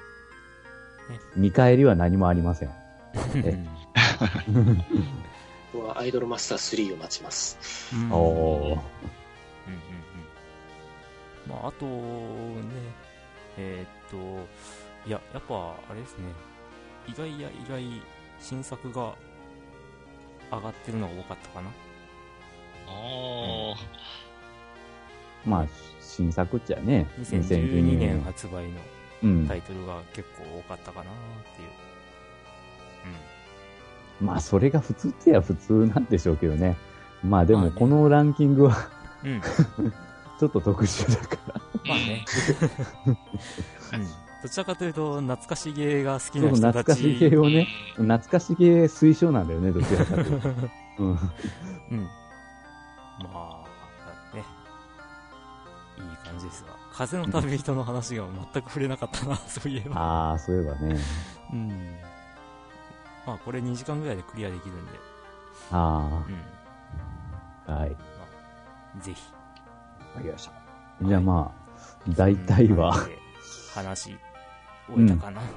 見返りは何もありません。え
僕はアイドルマスター3を待ちます。
うん
おー
うんうんうんまあ、あとね、ええーっと、いや、やっぱ、あれですね、意外や意外、新作が上がってるのが多かったかな。
おー。
まあ、新作っちゃね。
2012年発売
うん
のタ。イトルが結構多かったかなっていう。
まあ、それが普通ってや普通なんでしょうけどね。まあで
まあ
も、
ね
このランキングは
うん。
ちょっと特殊だから。
ま あね。うん。どちらかというと、懐かしげが好き
そう
な人た
懐かし系
ち。
を
うん
ね、懐かし系推奨なんだよね、どちらかという と。うん。
うん。まあ、ね。いい感じですが。風の旅人の話が全く触れなかったな、 そういえば。
ああ、そういえばね。
うん。まあ、これ2時間ぐらいでクリアできるんで。
あ
う
あ、はい。
ん。ぜひ。
ありました。じゃあまあ、大体は、
うん。話し終えたかな。
は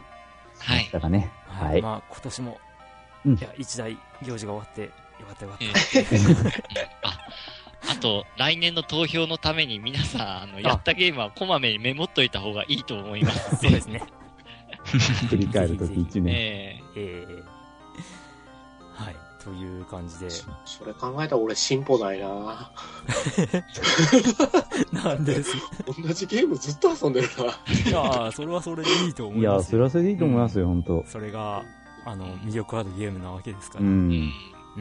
だ
い。
からね。はい。
まあ、今年も、
うん
いや、一大行事が終わって、よかったよかっ
え
た。
ーあ、あと、来年の投票のために皆さん、あの、やったゲームはこまめにメモっといた方がいいと思いま す。
そうですね。
振り返るとき1年。
え
えーはい。という感 じで。
それ考えたら俺進歩ないな
なんです。
同じゲームずっと遊んでるない
やそれはそれでいいと思
い
い
や、
ます
それ
よ。
はそれでいいと思いますよ、ほんと。
それが、あの、魅力あるゲームなわけですか
う
ら。うん
え。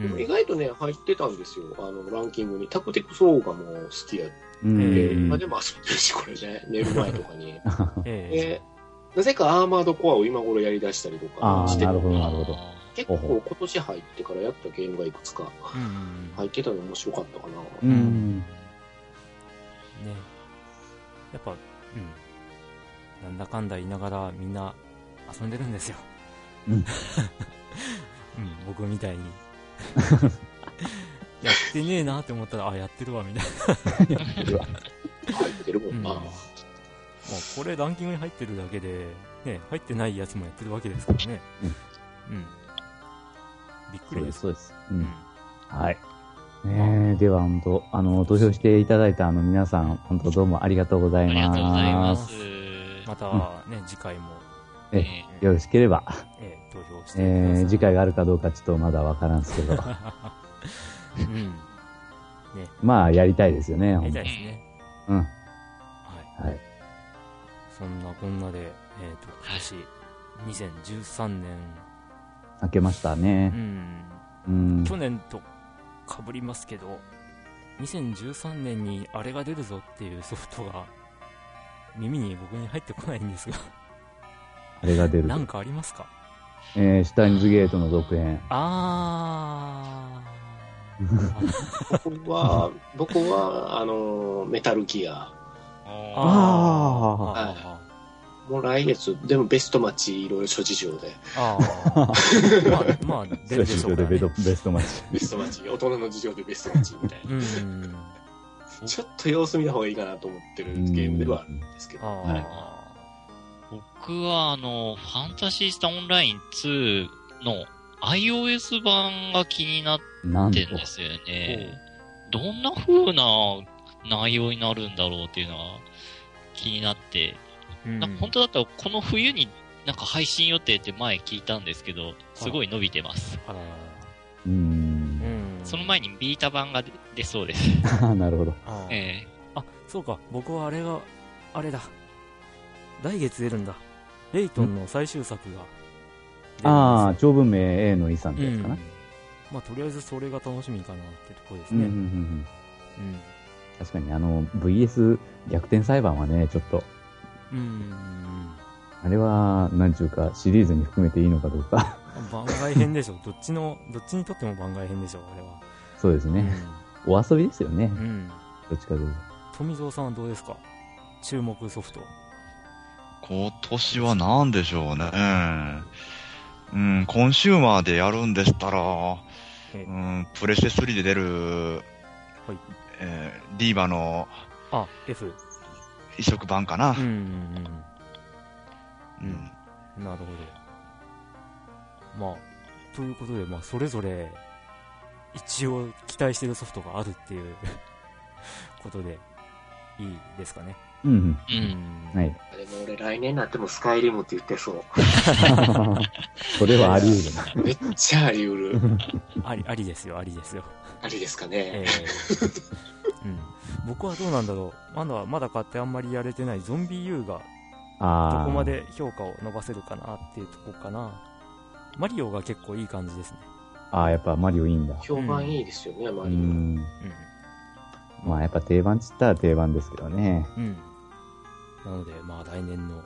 うんん。。
でも意
え
外とね、入ってたんですよ。あの、ランキングに。タクティクスオーガも好きやっ
う
て、
うん
ん
今。でも遊んでるし、これね。寝る前と かに。
え
で、なぜかアーマードコアを今頃やり出したりとか
あ
し
あ、
て
な、るほど、なるほど。
結構今年入ってからやったゲームがいくつか
うんうん
入ってたの面白かったかな。
う。
うんうん。ね。やっぱ、うん。なんだかんだ言いながら、みんな遊んでるんですよ。
うん
うん。僕みたい に。やってねえなって思ったら、あ、やってるわ、みたいな。
入ってるもんな。
うんもうこれランキングに入ってるだけで、ね、入ってないやつもやってるわけですからね。うん。びっく
そう
り
で、
ですす。
そうです。う
うんん。。
はい。ねえ、では本当、あの、投票していただいたあの皆さん、本当どうもありがとうござ
あ
い
りがとうござい
ま。
ますす。
また、ね、次回も、
え
え
よろしければ、
えー投票してください。
えー次回があるかどうかちょっとまだわからんすけど、
うん。
まあ、やりたいですよね、
や
ほ
り
ん
た
と
いですね。
うん。は
はい。
い。
そんなこんなで、えっ、と、今年、2013年、
開けました
う
ね。
ん、
うん。
去年とかぶりますけど、2013年にあれが出るぞっていうソフトが、耳に僕に入ってこないんですが、
あれが出る
な。んかありますか
えー、シュタインズゲートの続編。
あ ー。
僕は、 僕は、あの、メタルギア。
ー
あ
あ
もう来月、でもベストマッチいろいろ諸事情で。
ー。あー。まあ、まあ、出るでしょうから、
ベト
ね。
ベストマッチ。
ベストマッチ、大人の事情でベストマッチみたいな。
うん。
ちょっと様子見た方がいいかなと思ってるゲームではあるんですけど。
あ
僕は、あの、ファンタシースタオンライン2の iOS 版が気になっ
なんと
て。んですよね。どんな風な内容になるんだろうっていうのは気になっ
ー
て。
うん
なんか本当だったらこの冬になんか配信予定って前聞いたんですけど、すごい伸びてます。
あら
う。
うんん。
その前にビータ版が出出そうです。
あ あ、なるほど。
あー
え
あ、そうか、僕はあれが、あれだ。来月出るんだ。レイトンの最終作が出るんですよ。
ああ、長文名 A の遺産ってやつか
う。
なん
まあ、とりあえずそれが楽しみかなってとこです
うんうん
ね。
う
うん。
ん確かに、あの、VS 逆転裁判はね、ちょっと、
うん。うん
あれは、なんちゅうか、シリーズに含めていいのかどうか。
番外編でしょ。どっちの、どっちにとっても番外編でしょ、あれは。
そうですね。お遊びですよね
う。ん。うん。
どっちかという
富蔵さんはどうですか注目ソフト。
今年は何でしょうね。うん、コンシューマーでやるんでしたら、う
ええ
ん、プレステ3で出る、
はい
えーリーバの
あ、F。
移植版かな
うん。うん
うん
うん。なるほど。まあ、ということで、まあ、それぞれ、一応 期待してるソフトがあるっていうことで、いいですかね。
うん
う
う。
んん
うん。はい。
あでも俺来年になってもスカイリムって言ってそう。
それはあり得るな。
めっちゃあり得る。
あり、ありですよ、ありですよ。
ありですかね。
えーうん、僕はどうなんだろう。まだ、まだ買ってあんまりやれてないゾンビ U がど
ああ。
こまで評価を伸ばせるかなっていうとこかな。マリオが結構いい感じですね。
ああ、やっぱマリオいいんだ。
評判いいですよね、
う
マリオ。
ん。まあやっぱ定番っつったら定番ですけどね。
うん。うん。なので、まあ来年の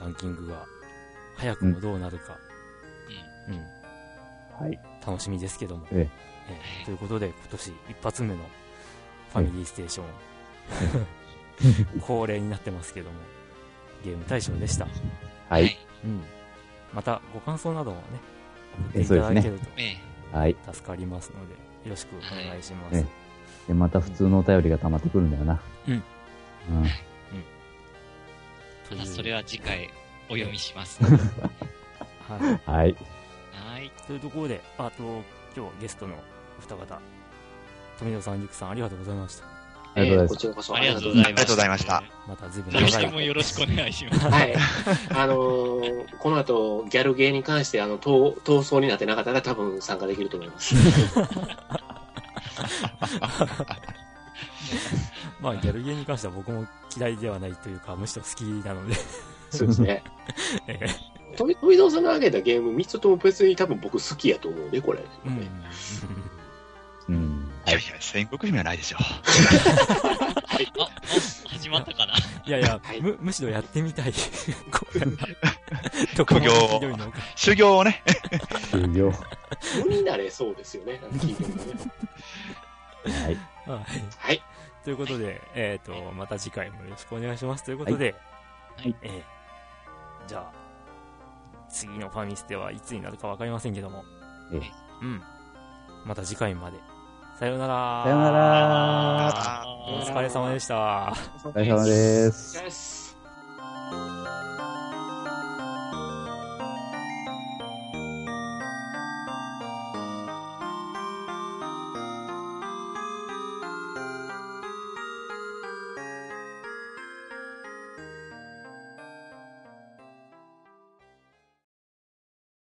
ランキングが早くもどうなるか。うん。
はい。
楽しみですけども。
え
えーということで、今年一発目のファミリーステーション、 恒例になってますけども、ゲーム大賞でした。
はい。
うん、またご感想などもね、送って
え
い
そ
た
うですね
だける
ええ。
はい。
と助かりますので、よろしくお願いします。
えで、また普通のお便りが溜まってくるんだよな。
うん
うん。
と
た
いう
だそれは次回お読みします。
はい、
はい。
はい。
というところで、あと、今日ゲストのお二方、富野さん、ゆくさん、ありがとうございました。
ありがとうございます
えーこちらこそ
ありがとうござ
ま
いまし
す
た。
ありがとうございました
また随分
それ
長
と
い
もよろしくお願いします。
はい。 あのーこの後、ギャルゲーに関して、あの、闘闘争になってなかったら多分参加できると思 います。
まあ、ギャルゲーに関しては僕も嫌いではないというか、むしろ好きなので、
そうで すね。
え
富富澤さんの挙げたゲーム、3つとも別に多分僕好きやと思うね、これ。
えうん、
うん。
いやいや、戦国姫はないでしょ。
あ、あ始まったかな。
いやいや、
はい
むむしろやってみたい。これはどこ
苦
まで
行
ひどいのか。
修行をね。
終了。は
無になれそうですよね、なんか聞いてるとね。
い。
はい
はい。
ということで、えっ、と、また次回もよろしくお願いしますということで、
はいはい
えーじゃあ、次のファミステはいつになるかわかりませんけども、
ええ
うん。また次回まで。さようなら。
さようなら
あー
お疲れ様でした。
お疲れ様です。
よし